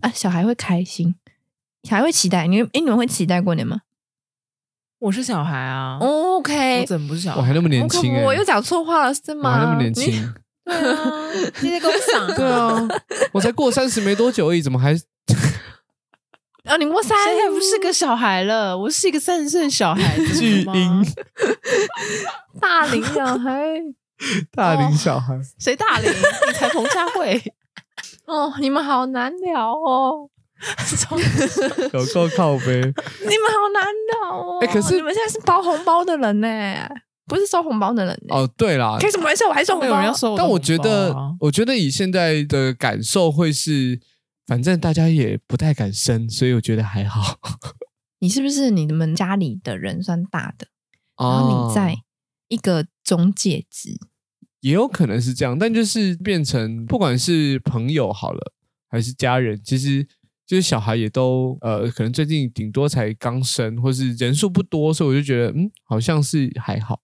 C: 啊，小孩会开心，小孩会期待。你们哎，你们会期待过年吗
B: *laughs* 我是小孩啊，
C: 哦
B: 我
C: ？OK，
B: 怎么不是小
A: 我
B: 孩？
A: 还那么年轻哎，
C: 我又讲错话了是
A: 我
C: 吗？
A: 还那么年
C: 你，
A: 轻，
B: 对啊，你在跟我
A: *laughs*
B: 讲
A: 对啊，我才过三十没多久而已，怎么还
C: 啊，你过三
B: 现在不是个小孩了，我是一个三十岁的小孩，
A: 巨
B: *laughs* 知道吗
A: 婴
C: 大龄小孩 *laughs*
A: 大龄小孩？
B: 谁大龄？你才彭佳慧，
C: 哦，你们好难聊 *laughs* 哦。
A: 有够靠
B: *laughs*
A: 背，
C: *laughs* 你们好难聊哦！
A: 哎可是
C: 你们现在是包红包的人呢、不是收红包的人、呢。
A: 哦，对啦，
C: 开什么玩 *laughs* 笑？我还收
B: 没
C: 红
B: 有人要
C: 包？
B: 收的
A: 但
B: 红包啊。
A: 我觉得，我觉得以现在的感受会是，反正大家也不太敢生，所以我觉得还好。
C: 你是不是你们家里的人算大的？然
B: 啊
A: 哦
C: 后你在一个中介值，
A: 也有可能是这样，但就是变成不管是朋友好了，还是家人，其实就是小孩也都呃，可能最近顶多才刚生，或是人数不多，所以我就觉得嗯，好像是还好。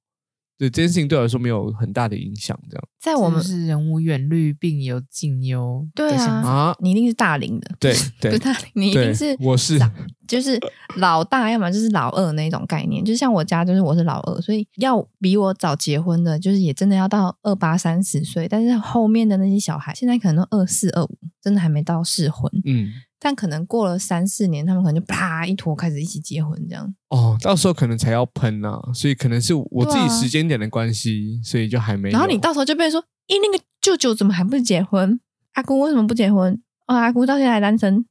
A: 对这件事情对我来说没有很大的影响，这样
C: 在我们
B: 是不是人无远虑，病有近忧的
C: 对啊
B: 想法。
A: 啊，
C: 你一定是大龄的， *laughs*
A: 对
C: 不是
A: 对
C: 大龄，你一
A: 对
C: 定是，
A: 我是
C: 长就是老大，要么就是老二那种概念。就像我家，就是我是老二，所以要比我早结婚的，就是也真的要到二八三十岁。但是后面的那些小孩，现在可能都二四二五，真的还没到适婚。
A: 嗯
C: 但可能过了三四年，他们可能就啪一坨开始一起结婚这样。
A: 哦，到时候可能才要喷啊，所以可能是我自己
C: 对啊
A: 时间点的关系，所以就还没有。
C: 然后你到时候就被说：“咦，那个舅舅怎么还不结婚？阿姑为什么不结婚？啊、阿姑到现在还单身。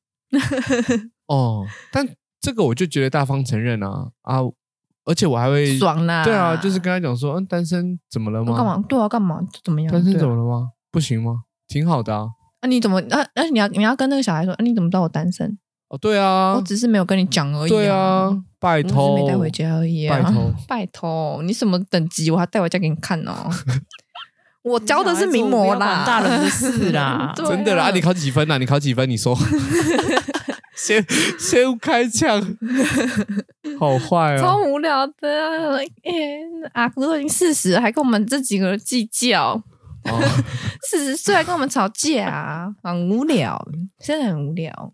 A: 哦，但这个我就觉得大方承认啊啊，而且我还会”
C: 爽啦！
A: 对啊，就是跟他讲说，嗯，单身怎么了
C: 我
A: 吗？
C: 干嘛？对啊，干嘛？怎么样？
A: 单身
C: 对
A: 怎
C: 啊？
A: 么了吗？不行吗？挺好的啊。
C: 啊，你怎么？啊啊，你要你要跟那个小孩说，啊，你怎么知道我单身？
A: 哦，对啊
C: 我，只是没有跟你讲而已、
A: 对啊，，拜
C: 我只是
A: 托，
C: 没带回家而已、啊。
A: 拜
C: *laughs*
A: 托，
C: 拜托，你什么等级？我还带回家给你看哦。 *laughs* 我教的是名模啦，
B: *laughs* 大人的事
C: *laughs*
B: 啦
C: 对
A: 真的啦，啊你考几分啊？你考几分？你
C: *laughs*
A: 说，先先开
C: *laughs*
A: 枪，好坏
C: 超
A: 哦。
C: 无聊的、啊耶阿姑都已经四十，还跟我们这几个计较，
A: 哦
C: 四十岁还跟我们吵架、啊，很无聊，真的很无聊。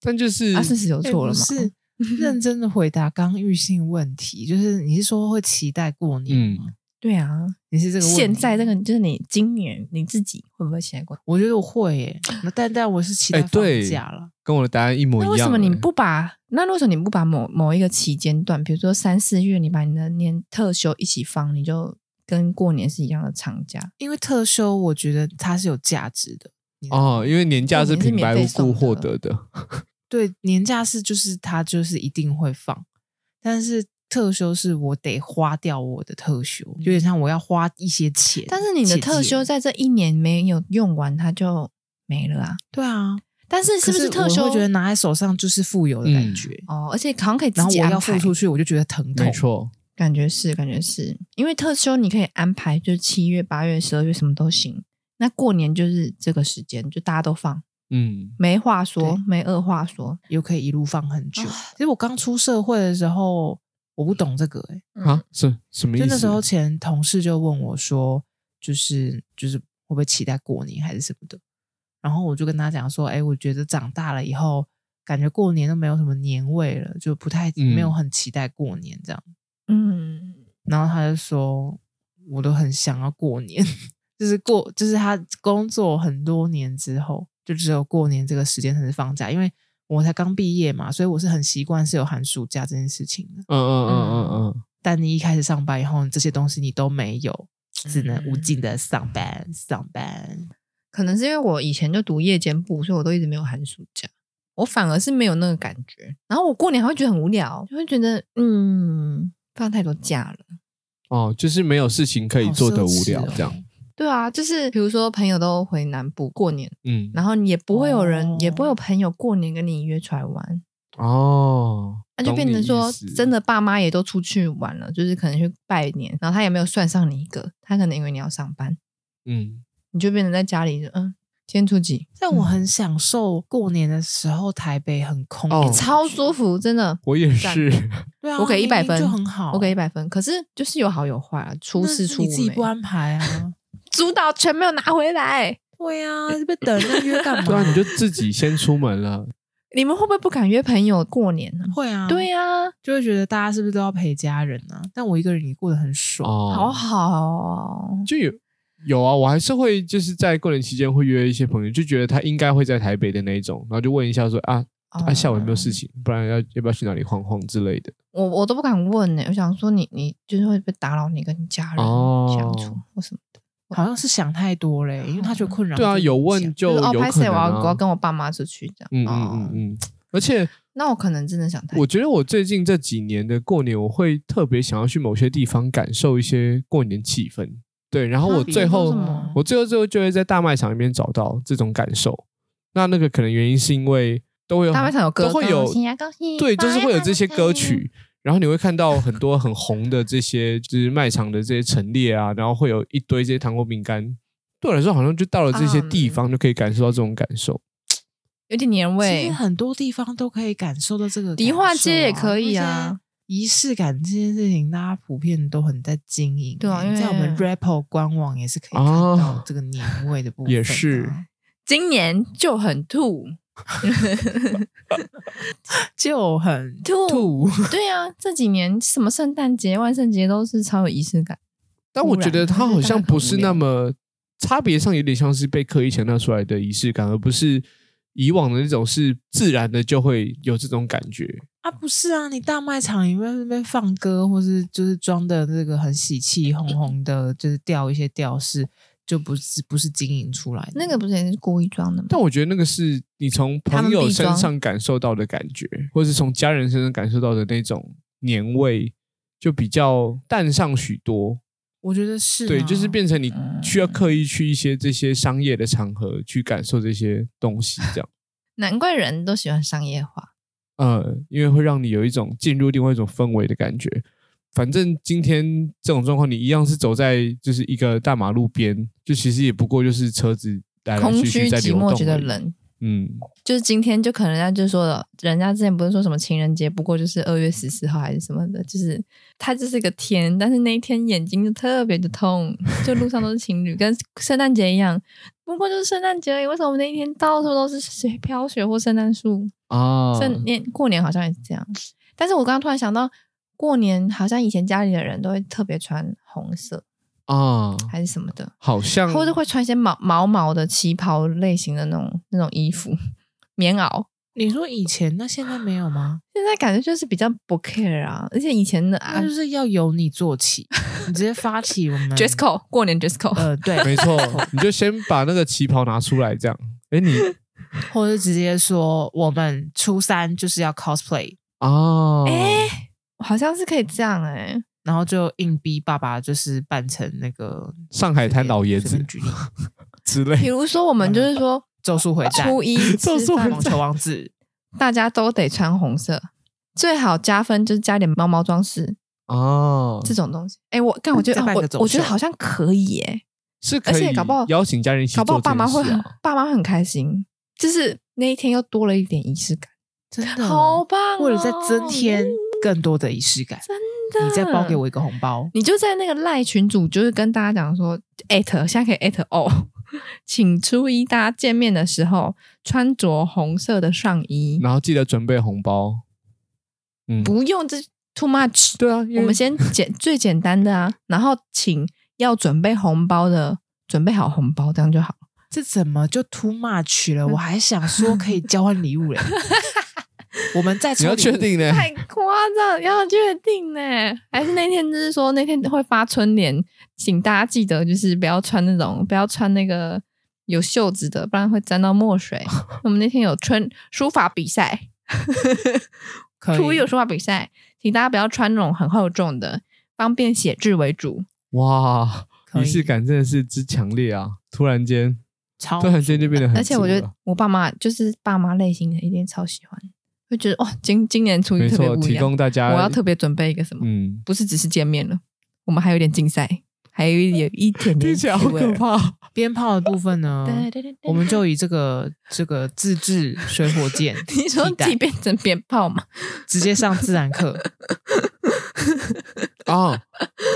A: 但就是
C: 啊，四十有
B: 哎
C: 错了
B: 不
C: 吗？
B: 是认真的回答刚刚玉性问
C: *laughs*
B: 题，就是你是说会期待过
A: 嗯
B: 年吗？
C: 对啊，
B: 你是这个问题
C: 现在这个就是你今年你自己会不会起来过？
B: 我觉得我会耶，但但我是期待
A: 哎
B: 放
A: 对
B: 假了。
A: 跟我的答案一模一
C: 那
A: 样。欸
C: 为什么你不把那为什么你不把某某一个期间段，比如说三四月，你把你的年特休一起放，你就跟过年是一样的长假？
B: 因为特休，我觉得它是有价值的。
A: 哦，因为年假是平白无故获
C: 过
A: 得的。
B: 对，年假是就是它就是一定会放，但是特休是我得花掉我的特休，有点像我要花一些钱。
C: 但是你的
B: 钱
C: 特休在这一年没有用完，它就没了啊。
B: 对啊，
C: 但是是不
B: 可
C: 特
B: 我
C: 休？
B: 会觉得拿在手上就是富有的感
A: 嗯
B: 觉，
C: 哦，而且好像可以自
B: 然后
C: 己
B: 我
C: 安
B: 要
C: 排
B: 付，出去，我就觉得疼痛
A: 没。错，
C: 感觉是感觉是因为特休你可以安排，就是七月、八月、十二月什么都行。那过年就是这个时间，就大家都放，
A: 嗯，
C: 没话说
B: 对，
C: 没二话说。
B: 又可以一路放很久
C: 啊。
B: 其实我刚出社会的时候，我不懂这个、欸，
C: 嗯
A: 啊，是什么意
B: 就
A: 思？
B: 那时候前同事就问我说，就是就是会不会期待过年还是什么的，然后我就跟他讲说，哎、我觉得长大了以后，感觉过年都没有什么年味了，就不太、
A: 嗯
B: 没有很期待过年这样。
C: 嗯，
B: 然后他就说，我都很想要过年， *laughs* 就是过，就是他工作很多年之后，就只有过年这个时间才是放假，因为我才刚毕业嘛，所以我是很习惯是有寒暑假这件事情的。
A: 嗯，嗯嗯嗯嗯
B: 但你一开始上班以后，这些东西你都没有，只能无
C: 嗯
B: 尽的上班上班。
C: 可能是因为我以前就读夜间部，所以我都一直没有寒暑假，我反而是没有那个感觉。然后我过年还会觉得很无聊，就会觉得嗯，放太多假了。
A: 哦，就是没有事情可以
B: 好
A: 做的
B: 奢
A: 无
B: 侈
A: 聊
B: 哦
A: 这样，
C: 对啊，就是比如说朋友都回南部过年，
A: 嗯，
C: 然后你也不会有人，
B: 哦
C: 也不会有朋友过年跟你约出来玩，
A: 哦，
C: 那就
A: 懂
C: 变
A: 你
C: 成
A: 意
C: 说
A: 思，
C: 真的爸妈也都出去玩了，就是可能去拜年，然后他也没有算上你一个，他可能以为你要上班，
A: 嗯，
C: 你就变成在家里就，嗯，今天初几，
B: 但我
C: 嗯
B: 很享受过年的时候，台北很空的
A: 哦
B: 感觉，
C: 超舒服，真的，
A: 我也
C: 赞
A: 是， *laughs*
B: 对啊，
C: 我给
B: 明
C: 100
B: 明
C: 分
B: 就很好，
C: 我给一百分，可是就是有好有坏啊，出
B: 那是
C: 事出
B: 你
C: 五
B: 自己
C: 没
B: 不，安排
C: *laughs*
B: 啊。
C: 主导权没有拿回来，
B: 对呀、啊，这边等人家约干
A: *laughs*
B: 嘛？
A: 对啊，你就自己先出门了，
C: 你们会不会不敢约朋友过年呢、
B: 会啊，
C: 对、
A: 哦
C: 呀、
B: 就会觉得大家是不是都要陪家人啊？但我一个人也过得很爽。
A: 哦，
C: 好好哦，
A: 就有有啊，我还是会就是在过年期间会约一些朋友，就觉得他应该会在台北的那一种，然后就问一下说啊啊下午有没有
C: 哦
A: 事情，不然要要不要去哪里晃晃之类的。
C: 我我都不敢问呢、我想说你你就是会被打扰你跟你家人
A: 哦
C: 相处或什么的，
B: 好像是想太多嘞，因为他觉得困扰。
A: 对啊，
B: 就
A: 有问
B: 讲
A: 就
C: 就是哦，
A: 有
C: 拍
A: 可
C: 谁
A: 能
C: 我要我要
A: 啊。
C: 跟我爸妈出去这样，
A: 嗯
C: 哦
A: 嗯嗯嗯，而且
C: 那我可能真的想太
A: 我觉得我最近这几年的过年，我会特别想要去某些地方感受一些过年气氛。对，然后
C: 啊
A: 我
C: 比
A: 最
C: 如说
A: 后
C: 什么
A: 我最后最后就会在大卖场里面找到这种感受。那那个可能原因是因为都会有
C: 大卖场有歌
A: 都会有
C: 恭喜啊恭喜
A: 对，就是会有这些歌
C: 发呀发
A: 曲，然后你会看到很多很红的这些就是卖场的这些陈列啊，然后会有一堆这些糖果饼干。对我来说，好像就到了这
C: 嗯
A: 些地方就可以感受到这种感受。
C: 有点年
B: 其
C: 味
B: 实，很多地方都可以感受到这个、
C: 迪化街也可以啊。
B: 仪式感这件事情，大家普遍都很在经营。欸
C: 对啊因为
B: 在我们 Rappo 官网也是可以看到
A: 啊
B: 这个年味的部分、啊
A: 也是，
C: 今年就很吐
B: 就很
C: 吐
B: 吐。
C: 对啊，这几年什么圣诞节、万圣节都是超有仪式感，
A: 但我
C: 突
A: 觉
C: 然
A: 得它好像不是那
C: 就
A: 么差别上有点像是被刻意强调出来的仪式感，而不是以往的那种是自然的就会有这种感觉。
B: 啊，不是啊，你大卖场里面那边放歌，或是就是装的这个很喜气红红的，就是吊一些吊饰，就不是不是经营出来的
C: 那个不是也是故意装的吗？
A: 但我觉得那个是你从
C: 他
A: 朋
C: 们
A: 友
C: 必
A: 身
C: 装
A: 上感受到的感觉，或是从家人身上感受到的那种年味，就比较淡上许多。
B: 我觉得是、啊、
A: 对，就是变成你
C: 嗯
A: 需要刻意去一些这些商业的场合去感受这些东西，这样，
C: 难怪人都喜欢商业化，
A: 呃，因为会让你有一种进入另外一种氛围的感觉。反正今天这种状况，你一样是走在就是一个大马路边，就其实也不过就是车子来来
C: 空
A: 去
C: 虚
A: 去在
C: 寂
A: 流动
C: 寞觉得
A: 而已
C: 冷。
A: 嗯，
C: 就是今天就可能人家就说了，人家之前不是说什么情人节，不过就是二月十四号还是什么的，就是它就是个天，但是那一天眼睛就特别的痛，就路上都是情侣，跟圣诞节一样，不过就是圣诞节而已。为什么我们那一天到处都是雪飘雪或圣诞树？
A: 啊，
C: 圣年过年好像也是这样，但是我刚刚突然想到，过年好像以前家里的人都会特别穿红色
A: 啊，
C: 还是什么的，
A: 好像
C: 或者会穿一些毛毛毛的旗袍类型的那种那种衣服，棉袄。
B: 你说以前，那现在没有吗？
C: 现在感觉就是比较不 care 啊，而且以前的啊
B: 那就是要由你做起，你直接发起我
C: *laughs*
B: 们
C: j e s c o 过年 j e s c o
B: 呃，对，
A: 没
C: *laughs*
A: 错，你就先把那个旗袍拿出来，这样。哎，你
B: *laughs* 或者直接说我们初三就是要 cosplay，
A: 哦，
C: 哎好像是可以这样哎、
B: 然后就硬逼爸爸就是扮成那个
A: 上海滩老爷
B: 随
A: 子
B: 便举例，
A: 之
C: 比
A: 类，
C: 如说我们就是说
B: 咒术回战》
C: 初一
A: 咒
C: 吃
A: 术
C: 饭
A: 回
B: 网球王子
C: 大家都得穿红色，最好加分就是加点猫猫装饰
A: 哦，
C: 这种东西。哎，我但我觉得
B: 再办个走
C: 我我觉得
B: 秀
C: 好像可以耶，
A: 是
C: 而
A: 可
C: 且
A: 以
C: 搞不好
A: 邀请家人一起
C: 搞
A: 做
C: 不好
A: 这
C: 爸妈会
A: 件事
C: 很
A: 啊
C: 爸妈会很开心，就是那一天又多了一点仪式感，
B: 真的
C: 好棒哦！
B: 为了嗯再增添更多的仪式感，
C: 真的，
B: 你再包给我一个红包，
C: 你就在那个赖群组，就是跟大家讲说，艾特现在可以艾特哦， *laughs* 请初一大家见面的时候穿着红色的上衣，
A: 然后记得准备红包。嗯，
C: 不用这 too much。
A: 对啊，因为
C: 我们先简 *laughs* 最简单的啊，然后请要准备红包的准备好红包，这样就好。
B: 这怎么就 too much 了？我还想说可以交换礼物嘞。
C: *laughs*
B: 我们再抽
A: 你要
B: 礼
A: 确
B: 物
A: 定 *laughs* 呢，
C: 太夸张，要确定呢？还是那天就是说那天会发春联，请大家记得就是不要穿那种，不要穿那个有袖子的，不然会沾到墨
A: *laughs*
C: 水。我们那天有春书法比赛，
B: 可
C: 初一
B: 以
C: 有书法比赛，请大家不要穿那种很厚重的，方便写字为主。
A: 哇，
B: 可
A: 仪
B: 以
A: 式感真的是之强烈啊！突然间，
B: 超
A: 突然间就变得很足了，
C: 而且我觉得我爸妈就是爸妈类型的，一定超喜欢，会觉得哇，哦今今年初一
A: 没
C: 特别
A: 错，
C: 不一
A: 提
C: 样
A: 供，大家
C: 我要特别准备一个什么。
A: 嗯，
C: 不是只是见面了，我们还有点竞赛，还有一点一
A: *laughs*
C: 点点
A: 听起来好可怕。
B: 鞭炮的部分呢，我们就以这个这个自制水火
A: *laughs*
B: 箭替代，
C: 你说自己变成鞭炮嘛？
B: 直接上自然课，
C: *laughs*
A: 哦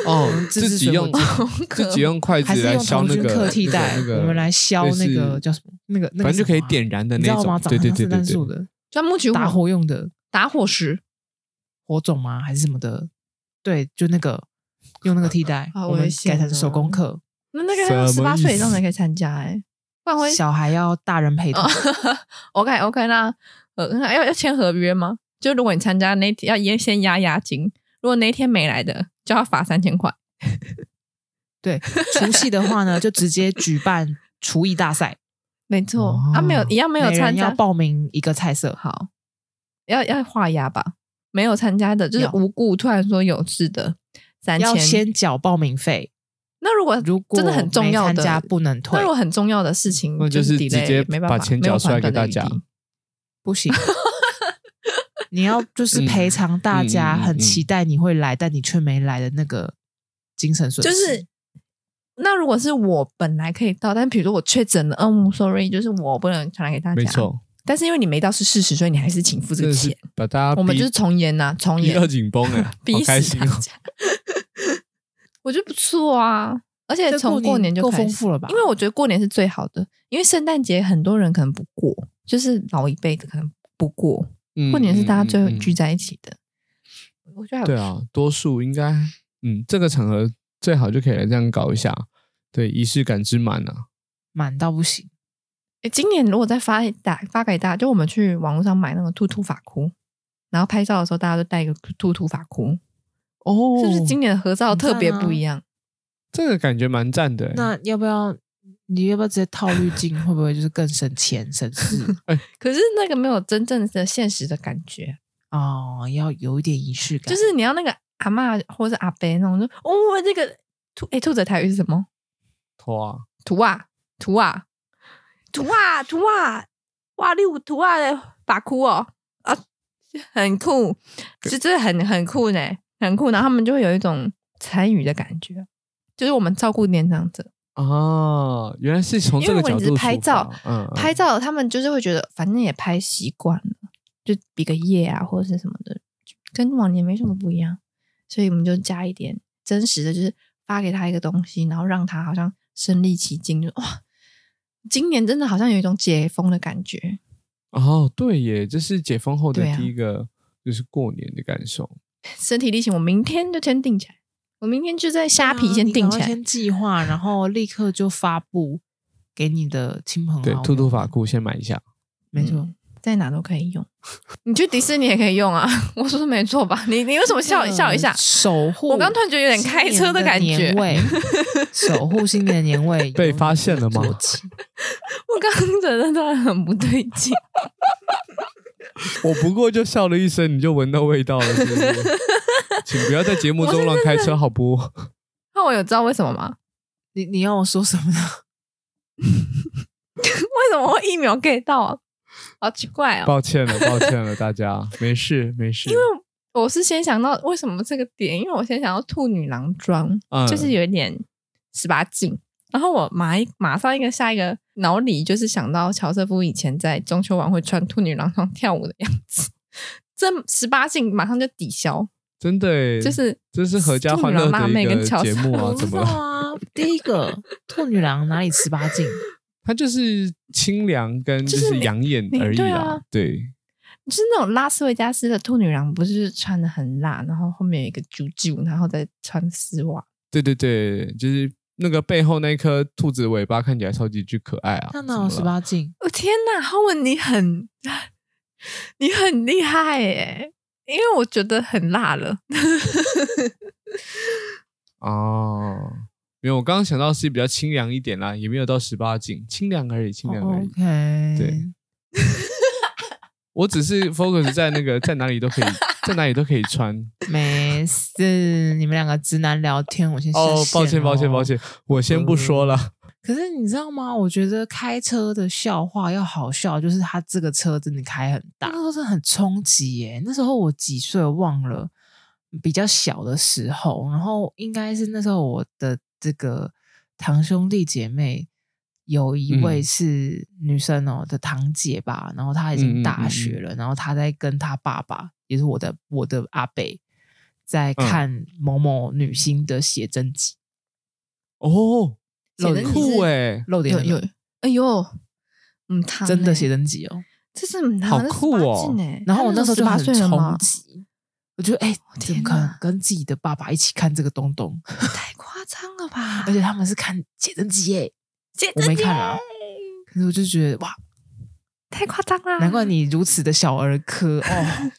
A: 哦，
B: 自
A: 自
B: 制
A: 己
B: 水
A: 用
B: 火箭
A: 自己用筷
B: 还
A: 子
B: 是
A: 来
B: 用
A: 削
B: 童
A: 那
B: 军
A: 个
B: 课替
A: 那个
B: 代？
A: 那个，
B: 我们来削那
A: 类似
B: 个叫什么？那个那个
A: 反正就可以
B: 什么啊
A: 点燃的
B: 你
A: 那
B: 知道
A: 种
B: 吗？，
A: 对
B: 长得
A: 对
B: 像
A: 对
B: 圣
A: 对
B: 诞树
A: 对，
B: 的
C: 钻木取
B: 打
C: 火
B: 火用的
C: 打火石
B: 火种吗？还是什么的？对，就那个用那个替代，
C: 好
B: 我们
C: 危险
B: 改成手工
C: 啊
B: 课，
C: 那那个要
A: 什
C: 十
A: 么
C: 八
A: 意思
C: 岁以上才可以参加哎、不然会。 *laughs*
B: 小孩要大人陪同。
A: 哦 *laughs*
C: OK OK，那呃那要要签合约吗？就如果你参加那天要先先压押金，如果那天没来的，就要罚三千块。
B: 对，除夕的话呢，就直接举办厨艺大赛，
C: 没错、
A: 哦
C: 啊，没有一样没有
B: 每人
C: 参
B: 要
C: 加，
B: 报名一个菜色。
C: 好，要要画押吧？没有参加的，就是
B: 要
C: 无故突然说有事的三
B: 要
C: 千。
B: 先缴报名费，
C: 那如果
B: 如果
C: 呃真的很重
B: 没
C: 要
B: 参
C: 的
B: 加不能退
C: 那如，果很重要的事情，
A: 那就是是
C: delay，
A: 直接
C: 没办
A: 把
C: 法
A: 钱缴出来给大家
C: 没有还本的余地
B: 不
C: *laughs*
B: 行。你要就是赔偿大
A: 嗯
B: 家
A: 嗯嗯嗯
B: 很期待你会来，但你却没来的那个精神损
C: 就
B: 失。
C: 是那如果是我本来可以到，但比如说我确诊了，嗯，sorry，就是我不能传染给大家。
A: 没，错，
C: 但是因为你没到是事实，所以你还是请付这
A: 真
C: 个
A: 的
C: 钱
A: 是。把大家
C: 我们
A: 逼
C: 就是从
A: *laughs*
C: 严呐、从
A: 逼
C: 严
A: 到紧绷哎，
C: *laughs* 逼
A: 好
C: 死
A: 开心
C: 大
A: 哦！
C: 家。 *laughs* 我觉得不错啊，而且
B: 这
C: 从过年就
B: 够
C: 开始
B: 丰富了吧？
C: 因为我觉得过年是最好的，因为圣诞节很多人可能不过，就是老一辈的可能不过，
A: 嗯
C: 过年是大家最后
A: 嗯嗯
C: 聚在一起的。我觉得还不
A: 对啊，多数应该，嗯，这个场合最好就可以来这样搞一下，对，仪式感之满啊，
B: 满到不行，
C: 诶今年如果再发打发给大家，就我们去网络上买那个兔兔发箍，然后拍照的时候大家都带一个兔兔发箍，
A: 哦
C: 是不是今年的合照
B: 很赞
C: 特
B: 啊
C: 别不一样？
A: 这个感觉蛮赞的欸、
B: 那要不要？你要不要直接套滤镜？会不会就是更省钱省
C: *laughs*
B: 事？
A: 啊
C: 可是那个没有真正的现实的感觉，
B: 哦，要有一点仪式
A: 啊
B: 感，
C: 就是你要那个阿嬷或者阿伯那种，就哦，这个兔诶，兔子的台语是什么？
A: 头啊，
C: 图啊图啊图啊图啊，哇，你有图啊的法哭哦啊，很酷，这这很很酷呢，很酷。然后他们就会有一种参与的感觉，就是我们照顾年长者，
A: 啊，原来是从
C: 因
A: 这
C: 为
A: 个
C: 如果
A: 角度
C: 你只是
A: 出
C: 拍
A: 发
C: 照，
A: 嗯，嗯
C: 拍照他们就是会觉得反正也拍习惯了，就比个耶啊或者是什么的，跟往年没什么不一样，所以我们就加一点真实的，就是发给他一个东西，然后让他好像身临其境，就哇，今年真的好像有一种解封的感觉。
A: 哦，对耶，这是解封后的
C: 对啊
A: 第一个，就是过年的感受。
B: 哦
C: 身体力行，我明天就先定起来，我明天就在虾皮先定起
B: 对啊你赶快
C: 来。
B: 先计划，然后立刻就发布给你的亲朋好
A: 对
B: 友。，
A: 兔兔法库先买一下，
B: 没错，
C: 嗯在哪都可以用， *laughs* 你去迪士尼也可以用啊。我说的没错吧？你你为什么笑笑一下？
B: 嗯守护。
C: 我刚突然觉得有点开车的感觉
B: 年。
C: *laughs*
B: 味，守护新年的年味
A: 被发现了吗？
C: 我刚刚觉得突然很不对 *laughs* 劲。
A: 我不过就笑了一声，你就闻到味道了，是不是？请不要在节目中乱开车，好不？
C: 那我有知道为什么吗？
B: 你你要我说什么呢？
C: 为什么会一秒 get 到啊？好奇怪哦！
A: 抱歉了，抱歉了，大家，没事没事。因为
C: 我是先想到为什么这个点，因为我先想到兔女郎装，
A: 嗯
C: 就是有一点十八禁。然后我马一马上一个下一个脑里就是想到乔瑟夫以前在中秋晚会穿兔女郎装跳舞的样子， *laughs* 这十八禁马上就抵消，
A: 真的耶，
C: 就是
A: 这是合家欢乐的一个节目啊，
B: 我
A: 怎
B: 不
A: 么
B: 知道
A: 了？
B: 啊？第一个兔女郎哪里十
A: *laughs*
B: 八禁？
A: 它就是清凉跟就
C: 就是
A: 是
C: 你
A: 养眼
C: 你
A: 而已
C: 对
A: 啦
C: 啊，
A: 对，
C: 就是那种拉斯维加斯的兔女郎，不是就是穿的很辣，然后后面有一个啾啾，然后再穿丝袜。
A: 对对对，就是那个背后那颗兔子尾巴看起来超级巨可爱啊，
B: 那
A: 怎
B: 哪
A: 么
B: 有
A: 了
B: 十？八禁？
C: 我、哦天哪，浩文你很你很厉害耶！因为我觉得很
B: *laughs*
C: 辣了，
A: 哦，没有，我刚刚想到是比较清凉一点啦，也没有到十八禁，清凉而已，清凉而已。
B: 哦 OK，
A: 对，我只是 focus 在那个在哪里都可以，在哪里都可以穿。
B: 没事，你们两个直男聊天，我先下
A: 哦，
B: 线
A: 抱歉，抱歉，
B: 哦嗯
A: 抱。歉，我先不说了。
B: 可是你知道吗？我觉得开车的笑话要好笑，就是他这个车真的开很大，那时候是很冲击耶。那时候我几岁我忘了，比较小的时候，然后应该是那时候我的这个堂兄弟姐妹有一位
A: 嗯
B: 是女生哦、的堂姐吧，然后她
A: 嗯嗯
B: 已
A: 嗯
B: 经大学了，然后她在跟她爸爸，也是我的我的阿北，在看某某女星的写真集，
A: 哦，
C: 显得你
A: 酷
B: 欸
C: 是
A: 哎，
B: 露点
C: 有
B: 很
C: 有，哎呦，嗯，他
B: 啊真的写
C: 的，
B: 真集哦。
C: 这是嗯
A: 好酷哦！
C: 他那18禁耶
B: 然后我
C: 他那
B: 时候
C: 十
B: 就
C: 八
B: 很
C: 岁了
B: 冲
C: 吗？
B: 击，我觉得哎，怎么
C: 天
B: 可能
C: 哪
B: 跟自己的爸爸一起看这个东东？
C: 太夸张了吧
B: *laughs* 而！且他们是看写真集耶，
C: 姐
B: 我没看啊，可是我就觉得哇，
C: 太夸张啦！
B: 难怪你如此的小儿科哦。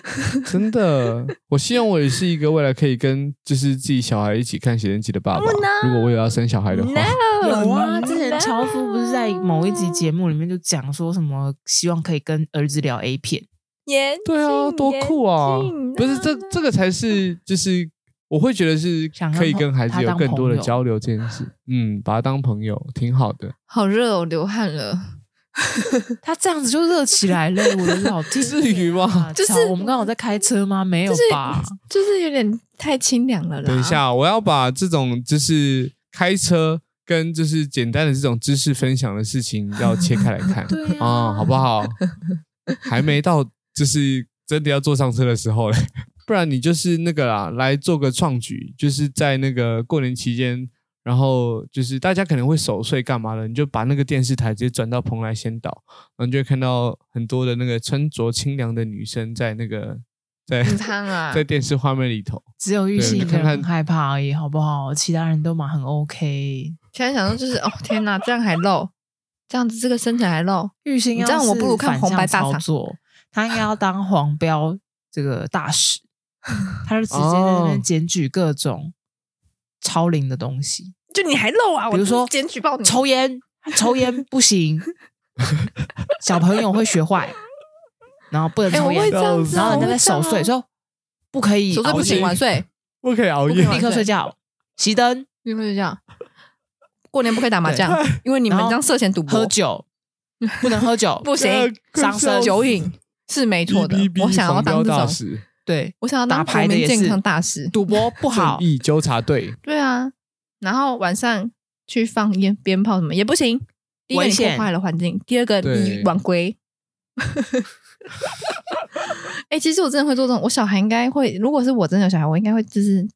B: *laughs*
A: 真的，我希望我也是一个未来可以跟就是自己小孩一起看写真集的爸爸
B: 哦
C: Oh, no.
A: 如果我也要生小孩的话，
C: No，
B: *laughs* 有啊，之前
C: no
B: 樵夫不是 *laughs* 在某一集节目里面就讲说什么希望可以跟儿子聊 A 片，
C: 眼镜
A: 对啊，多酷啊
C: 眼镜！
A: 不是这这个才是就是我会觉得是
B: 想
A: 可以
B: 让
A: 跟孩
B: 他
A: 子有
B: 当
A: 更多的
B: 朋友
A: 交流这件事，嗯，把他当朋友挺好的。
C: 好热哦，流汗了。
B: *laughs* 他这样子就热起来了，我的老天，
A: *laughs* 至于吗
B: 啊
C: 就是
B: 樵我们刚好在开车吗？没有
C: 就是
B: *laughs* 吧？
C: 就是有点太清凉了啦。
A: 等一，下，我要把这种就是开车跟就是简单的这种知识分享的事情要切开来看
B: 对啊
A: 啊、好不好？还没到就是真的要坐上车的时候嘞， *laughs* 不然你就是那个啦，来做个创举，就是在那个过年期间。然后就是大家可能会守岁干嘛的，你就把那个电视台直接转到蓬莱仙岛，然后你就会看到很多的那个穿着清凉的女生在那个在！
C: 很烫
B: *laughs*
C: 啊
A: 在电视画面里头，
B: 只有玉
A: 对
B: 溪
A: 你
B: 一个
A: 看
B: 人
A: 看
B: 很害怕而已，好不好？其他人都蛮很 OK。
C: 现在想说就是，哦天哪，这样还露，这样子这个身材还露，
B: 玉兴
C: 你
B: 要
C: 这样我
B: 是
C: 不如看
B: 反
C: 红
B: 向
C: 白大
B: 操
C: 赏
B: 作，他应该要当黄标这个大
C: *laughs*
B: 使，他就直接在那
A: 哦
B: 边检举各种超龄的东西，
C: 就你还露啊！我
B: 比如说
C: 直接举报
B: *laughs*
C: 你，
B: 抽烟，抽烟不行，小朋友会学坏，然后不能
C: 哎，我
B: 抽
C: 会
B: 烟，
C: 这样子
B: 然
C: 啊，
B: 后人家在
C: 我会这样
B: 守
C: 啊
B: 岁说不可以
C: 守岁
B: 熬
C: 不行，
B: 夜，
C: 晚睡，
A: 不可以熬夜
C: 不可以。
B: 立刻睡觉，熄灯，
C: 因为就这样。过年不可以打麻将，因为你们
B: 然后
C: 这样涉嫌赌博
B: 喝，酒不能喝酒，
C: *laughs* 不行，
B: 伤身
C: 酒瘾是没错
A: ，E
B: ，E
C: 的。我想要当这
A: 大
C: 种，
A: 使，
B: 对，
C: 我想要
B: 打
C: 当
B: 牌
C: 国
B: 的
C: 民
B: 也
C: 健
B: 是
C: 康大使。
B: 赌博不好
A: 正，义纠察队，
C: 对啊，然后晚上去放烟鞭炮什么也不行。第一个
B: 危
C: 你破
B: 险
C: 坏了环境，第二个
A: 对
C: 你晚
B: *laughs*
C: 归。哎、其实我真的会做这种，我小孩应该会，如果是我真的有小孩，我应该会就是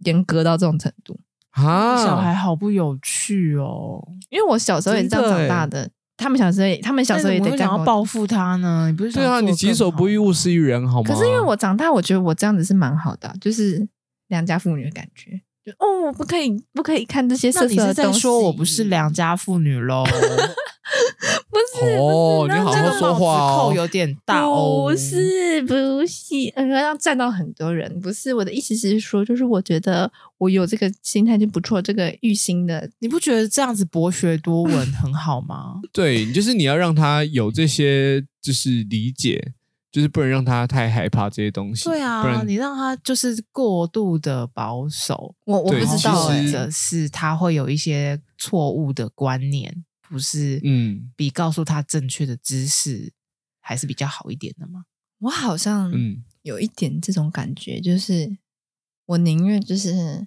C: 严格到这种程度，
A: 啊，
B: 小孩好不有趣哦。
C: 因为我小时候也是这样
A: 真的
C: 长大
A: 欸
C: 的。他们小时候也，他们小时候也
B: 但
C: 得
B: 是
C: 这
B: 我想
C: 样
B: 要报复他呢，你不是想
A: 对啊，
B: 做得
A: 你己所
B: 更好
A: 不欲，勿施于人，好吗？
C: 可是因为我长大，我觉得我这样子是蛮好的啊、就是良家妇女的感觉。就哦，我不可以，不可以看这些
B: 那
C: 色
B: 你
C: 色
B: 是
C: 的
B: 在
C: 东西。
B: 说我不是良家妇女喽？
C: 不是，
A: 哦， *laughs* 你
C: 那
A: 好
C: 这
A: 好
C: 个
A: 说话
B: 帽子扣
A: 哦。
B: 有点大哦，
C: 不是不是，嗯，要占到很多人。不是我的意思是说，就是我觉得我有这个心态就不错，这个育心的
B: 你不觉得这样子博学多闻很好吗？
A: 对，就是你要让他有这些，就是理解，就是不能让他太害怕这些东西。
B: *laughs* 对
A: 不
B: 啊，
A: 然
B: 你让他就是过度的保守，
C: 我我不
A: 对
C: 知道
A: 其
C: 哎、
A: 实
B: 或者是他会有一些错误的观念。不是
A: 嗯
B: 比告诉他正确的知识还是比较好一点的吗？
C: 我好像
A: 嗯
C: 有一点这种感觉，就是我宁愿就是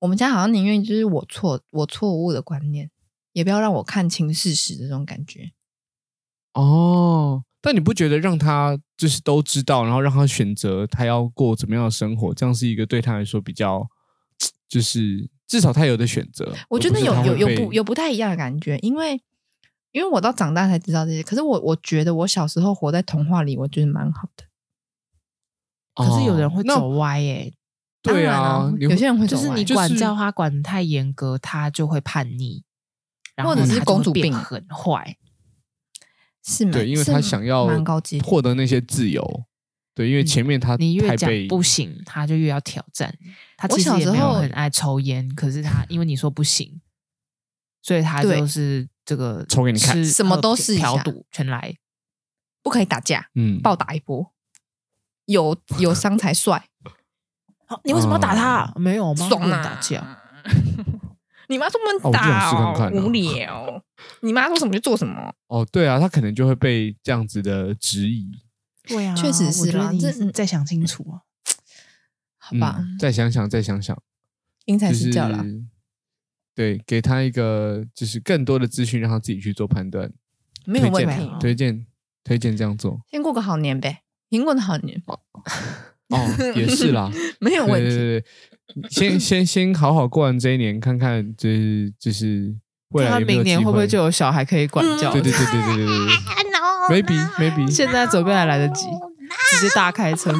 C: 我们家好像宁愿就是我错我错误的观念，也不要让我看清事实的这种感觉。
A: 哦。但你不觉得让他就是都知道，然后让他选择他要过怎么样的生活，这样是一个对他来说比较，就是至少他有的选择。
C: 我觉
A: 而
C: 得有
A: 是他
C: 有
A: 会
C: 有
A: 被
C: 不有不太一样的感觉，因为因为我到长大才知道这些，可是我我觉得我小时候活在童话里，我觉得蛮好的。
B: 可是有的人
A: 哦
B: 会
A: 那
B: 走歪欸耶、
C: 当
A: 对
C: 然
A: 啊
C: 啊，，
A: 你
C: 有
A: 会
C: 些人会
B: 就
C: 走
B: 是
C: 歪
B: 你
A: 就是
B: 管教他管得太严格，他就会叛逆，然后
C: 或者是
B: 他就会
C: 公主
B: 变
C: 病
B: 很坏。
C: 是吗？
A: 对，因为他
C: 是
A: 想要
C: 蛮高级的，
A: 获得那些自由。对，因为
B: 嗯
A: 前面他
B: 你越
A: 太
B: 讲
A: 被
B: 不行，他就越要挑战。他其
C: 我
B: 实
C: 小
B: 也
C: 时
B: 没有
C: 候
B: 很爱抽烟，可是他因为你说不行，所以他
C: 对
B: 就是这个
A: 抽给你看
B: 吃
C: 什么
B: 喝
C: 都试一
B: 嫖
C: 下
B: 赌全来。
C: 不可以打架，
A: 嗯
C: 暴打一波，有
A: *laughs*
C: 有伤才帅，哦
B: 你
A: 为什么要打他？
B: 嗯没有，我妈
C: 爽
B: 不能
C: 啊！
B: 打架。
C: *laughs* 你妈说不
A: 哦我
C: 能
A: 就想
C: 打
A: 试看看啊
C: 无聊。 *laughs* 你妈说什么就做什么，
A: 哦，对啊，他可能就会被这样子的质疑。
B: 对啊
C: 确实是啦
B: 啦，
C: 这嗯
B: 你再想清楚啊。
C: 好吧？
A: 嗯再想想，再想想，
C: 因材
A: 就
C: 施
A: 是
C: 教啦。
A: 对，给他一个就是更多的资讯，让他自己去做判断。
C: 没有问
A: 推
C: 题
B: 哦
A: 荐。推荐推荐这样
C: *laughs*
A: 做
C: 先过个好年呗，平稳的好年，
A: 哦，也是啦，
C: 没有
A: 对
C: 问
A: 对
C: 题。
A: 对，对
C: *laughs*
A: 先先先好好过完这一年，看看就是就是未来
B: 他
A: 有没有
B: 明年
A: 机
B: 会不会就有小孩可以管
C: 嗯
B: 教？
A: 对对对对对对对对，maybe maybe
B: 哦现在准备还来得及，直接大
A: *laughs*
B: 开
C: *laughs*
B: 车。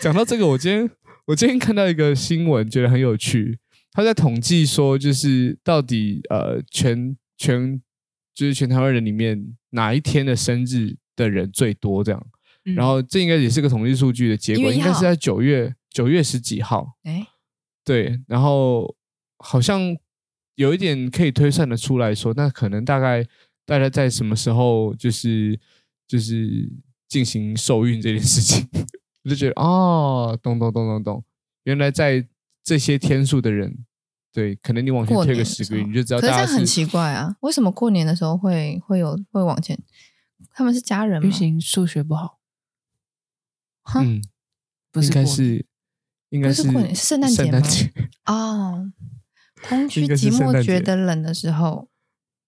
A: 讲到这个，我今天我今天看到一个新闻，觉得很有趣。他在统计说，就是到底呃全全就是全台湾人里面哪一天的生日的人最多这样。
B: 嗯
A: 然后这应该也是个统计数据的结
C: 1
A: 果，
C: 月1
A: 应该是在九月九月十几号。
C: 哎，
A: 对，然后好像有一点可以推算的出来说，那可能大概大家在什么时候就是就是进行受孕这件事情， *laughs* 我就觉得哦，懂懂懂懂懂，原来在这些天数的人，对，可能你往前
C: 过
A: 推
C: 年
A: 个
C: 的
A: 十
C: 时
A: 个月，
C: 候
A: 你就知道
C: 可是这
A: 大家
C: 样很
A: 是
C: 奇怪啊，为什么过年的时候会会有会往前？他们是家人
B: 玉
C: 吗？
B: 行数学不好，
C: 啊
A: 嗯，
B: 不
A: 应
B: 是
A: 该
B: 过年
A: 是应该
C: 不是过年是圣诞节
A: 圣诞
C: 吗
A: 节， *laughs*
C: 哦，空虚
A: 应该是
C: 寂
A: 圣
C: 寞
A: 诞
C: 觉
A: 节
C: 得冷的时候，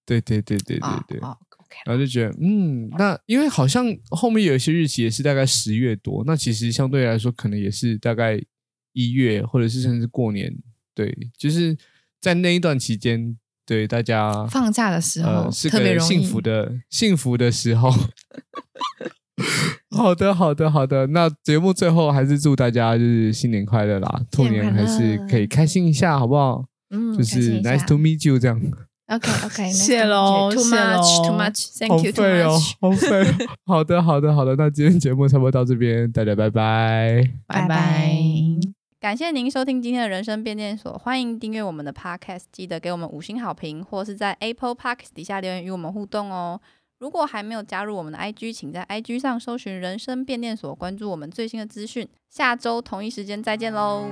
A: 对对对对对
C: 啊
A: 对，
C: 哦，OK
A: 然后就觉得，嗯，那因为好像后面有一些日期也是大概十月多，那其实相对来说可能也是大概一月，或者是甚至过年，对，就是在那一段期间，对大家
C: 放假的时候
A: 呃、是
C: 特别
A: 个
C: 容易
A: 幸福的幸福的时候。 *laughs* 好的，好的，好的。那节目最后还是祝大家就是新年快乐啦，兔
C: 新年
A: 年
C: 快
A: 还
C: 乐
A: 是可以开心一下，好不好？
C: 嗯，
A: 就
C: 开
A: 是
C: 心一下
A: nice to meet you 这样。
C: OK OK，
B: 谢喽
C: ，Too
B: 谢
C: much Too
B: 喽
C: much Thank
A: 好
C: you Too
A: 废哦
C: much，，
A: 好废哦。好的，好的，好的。那今天节目差不多到这边，大家拜拜。
B: 拜拜。
E: 感谢您收听今天的人生变电所，欢迎订阅我们的 Podcast，记得给我们五星好评，或是在 Apple Podcast 底下留言与我们互动哦。如果还没有加入我们的 IG，请在 IG 上搜寻“人生变电所”，关注我们最新的资讯。下周同一时间再见喽！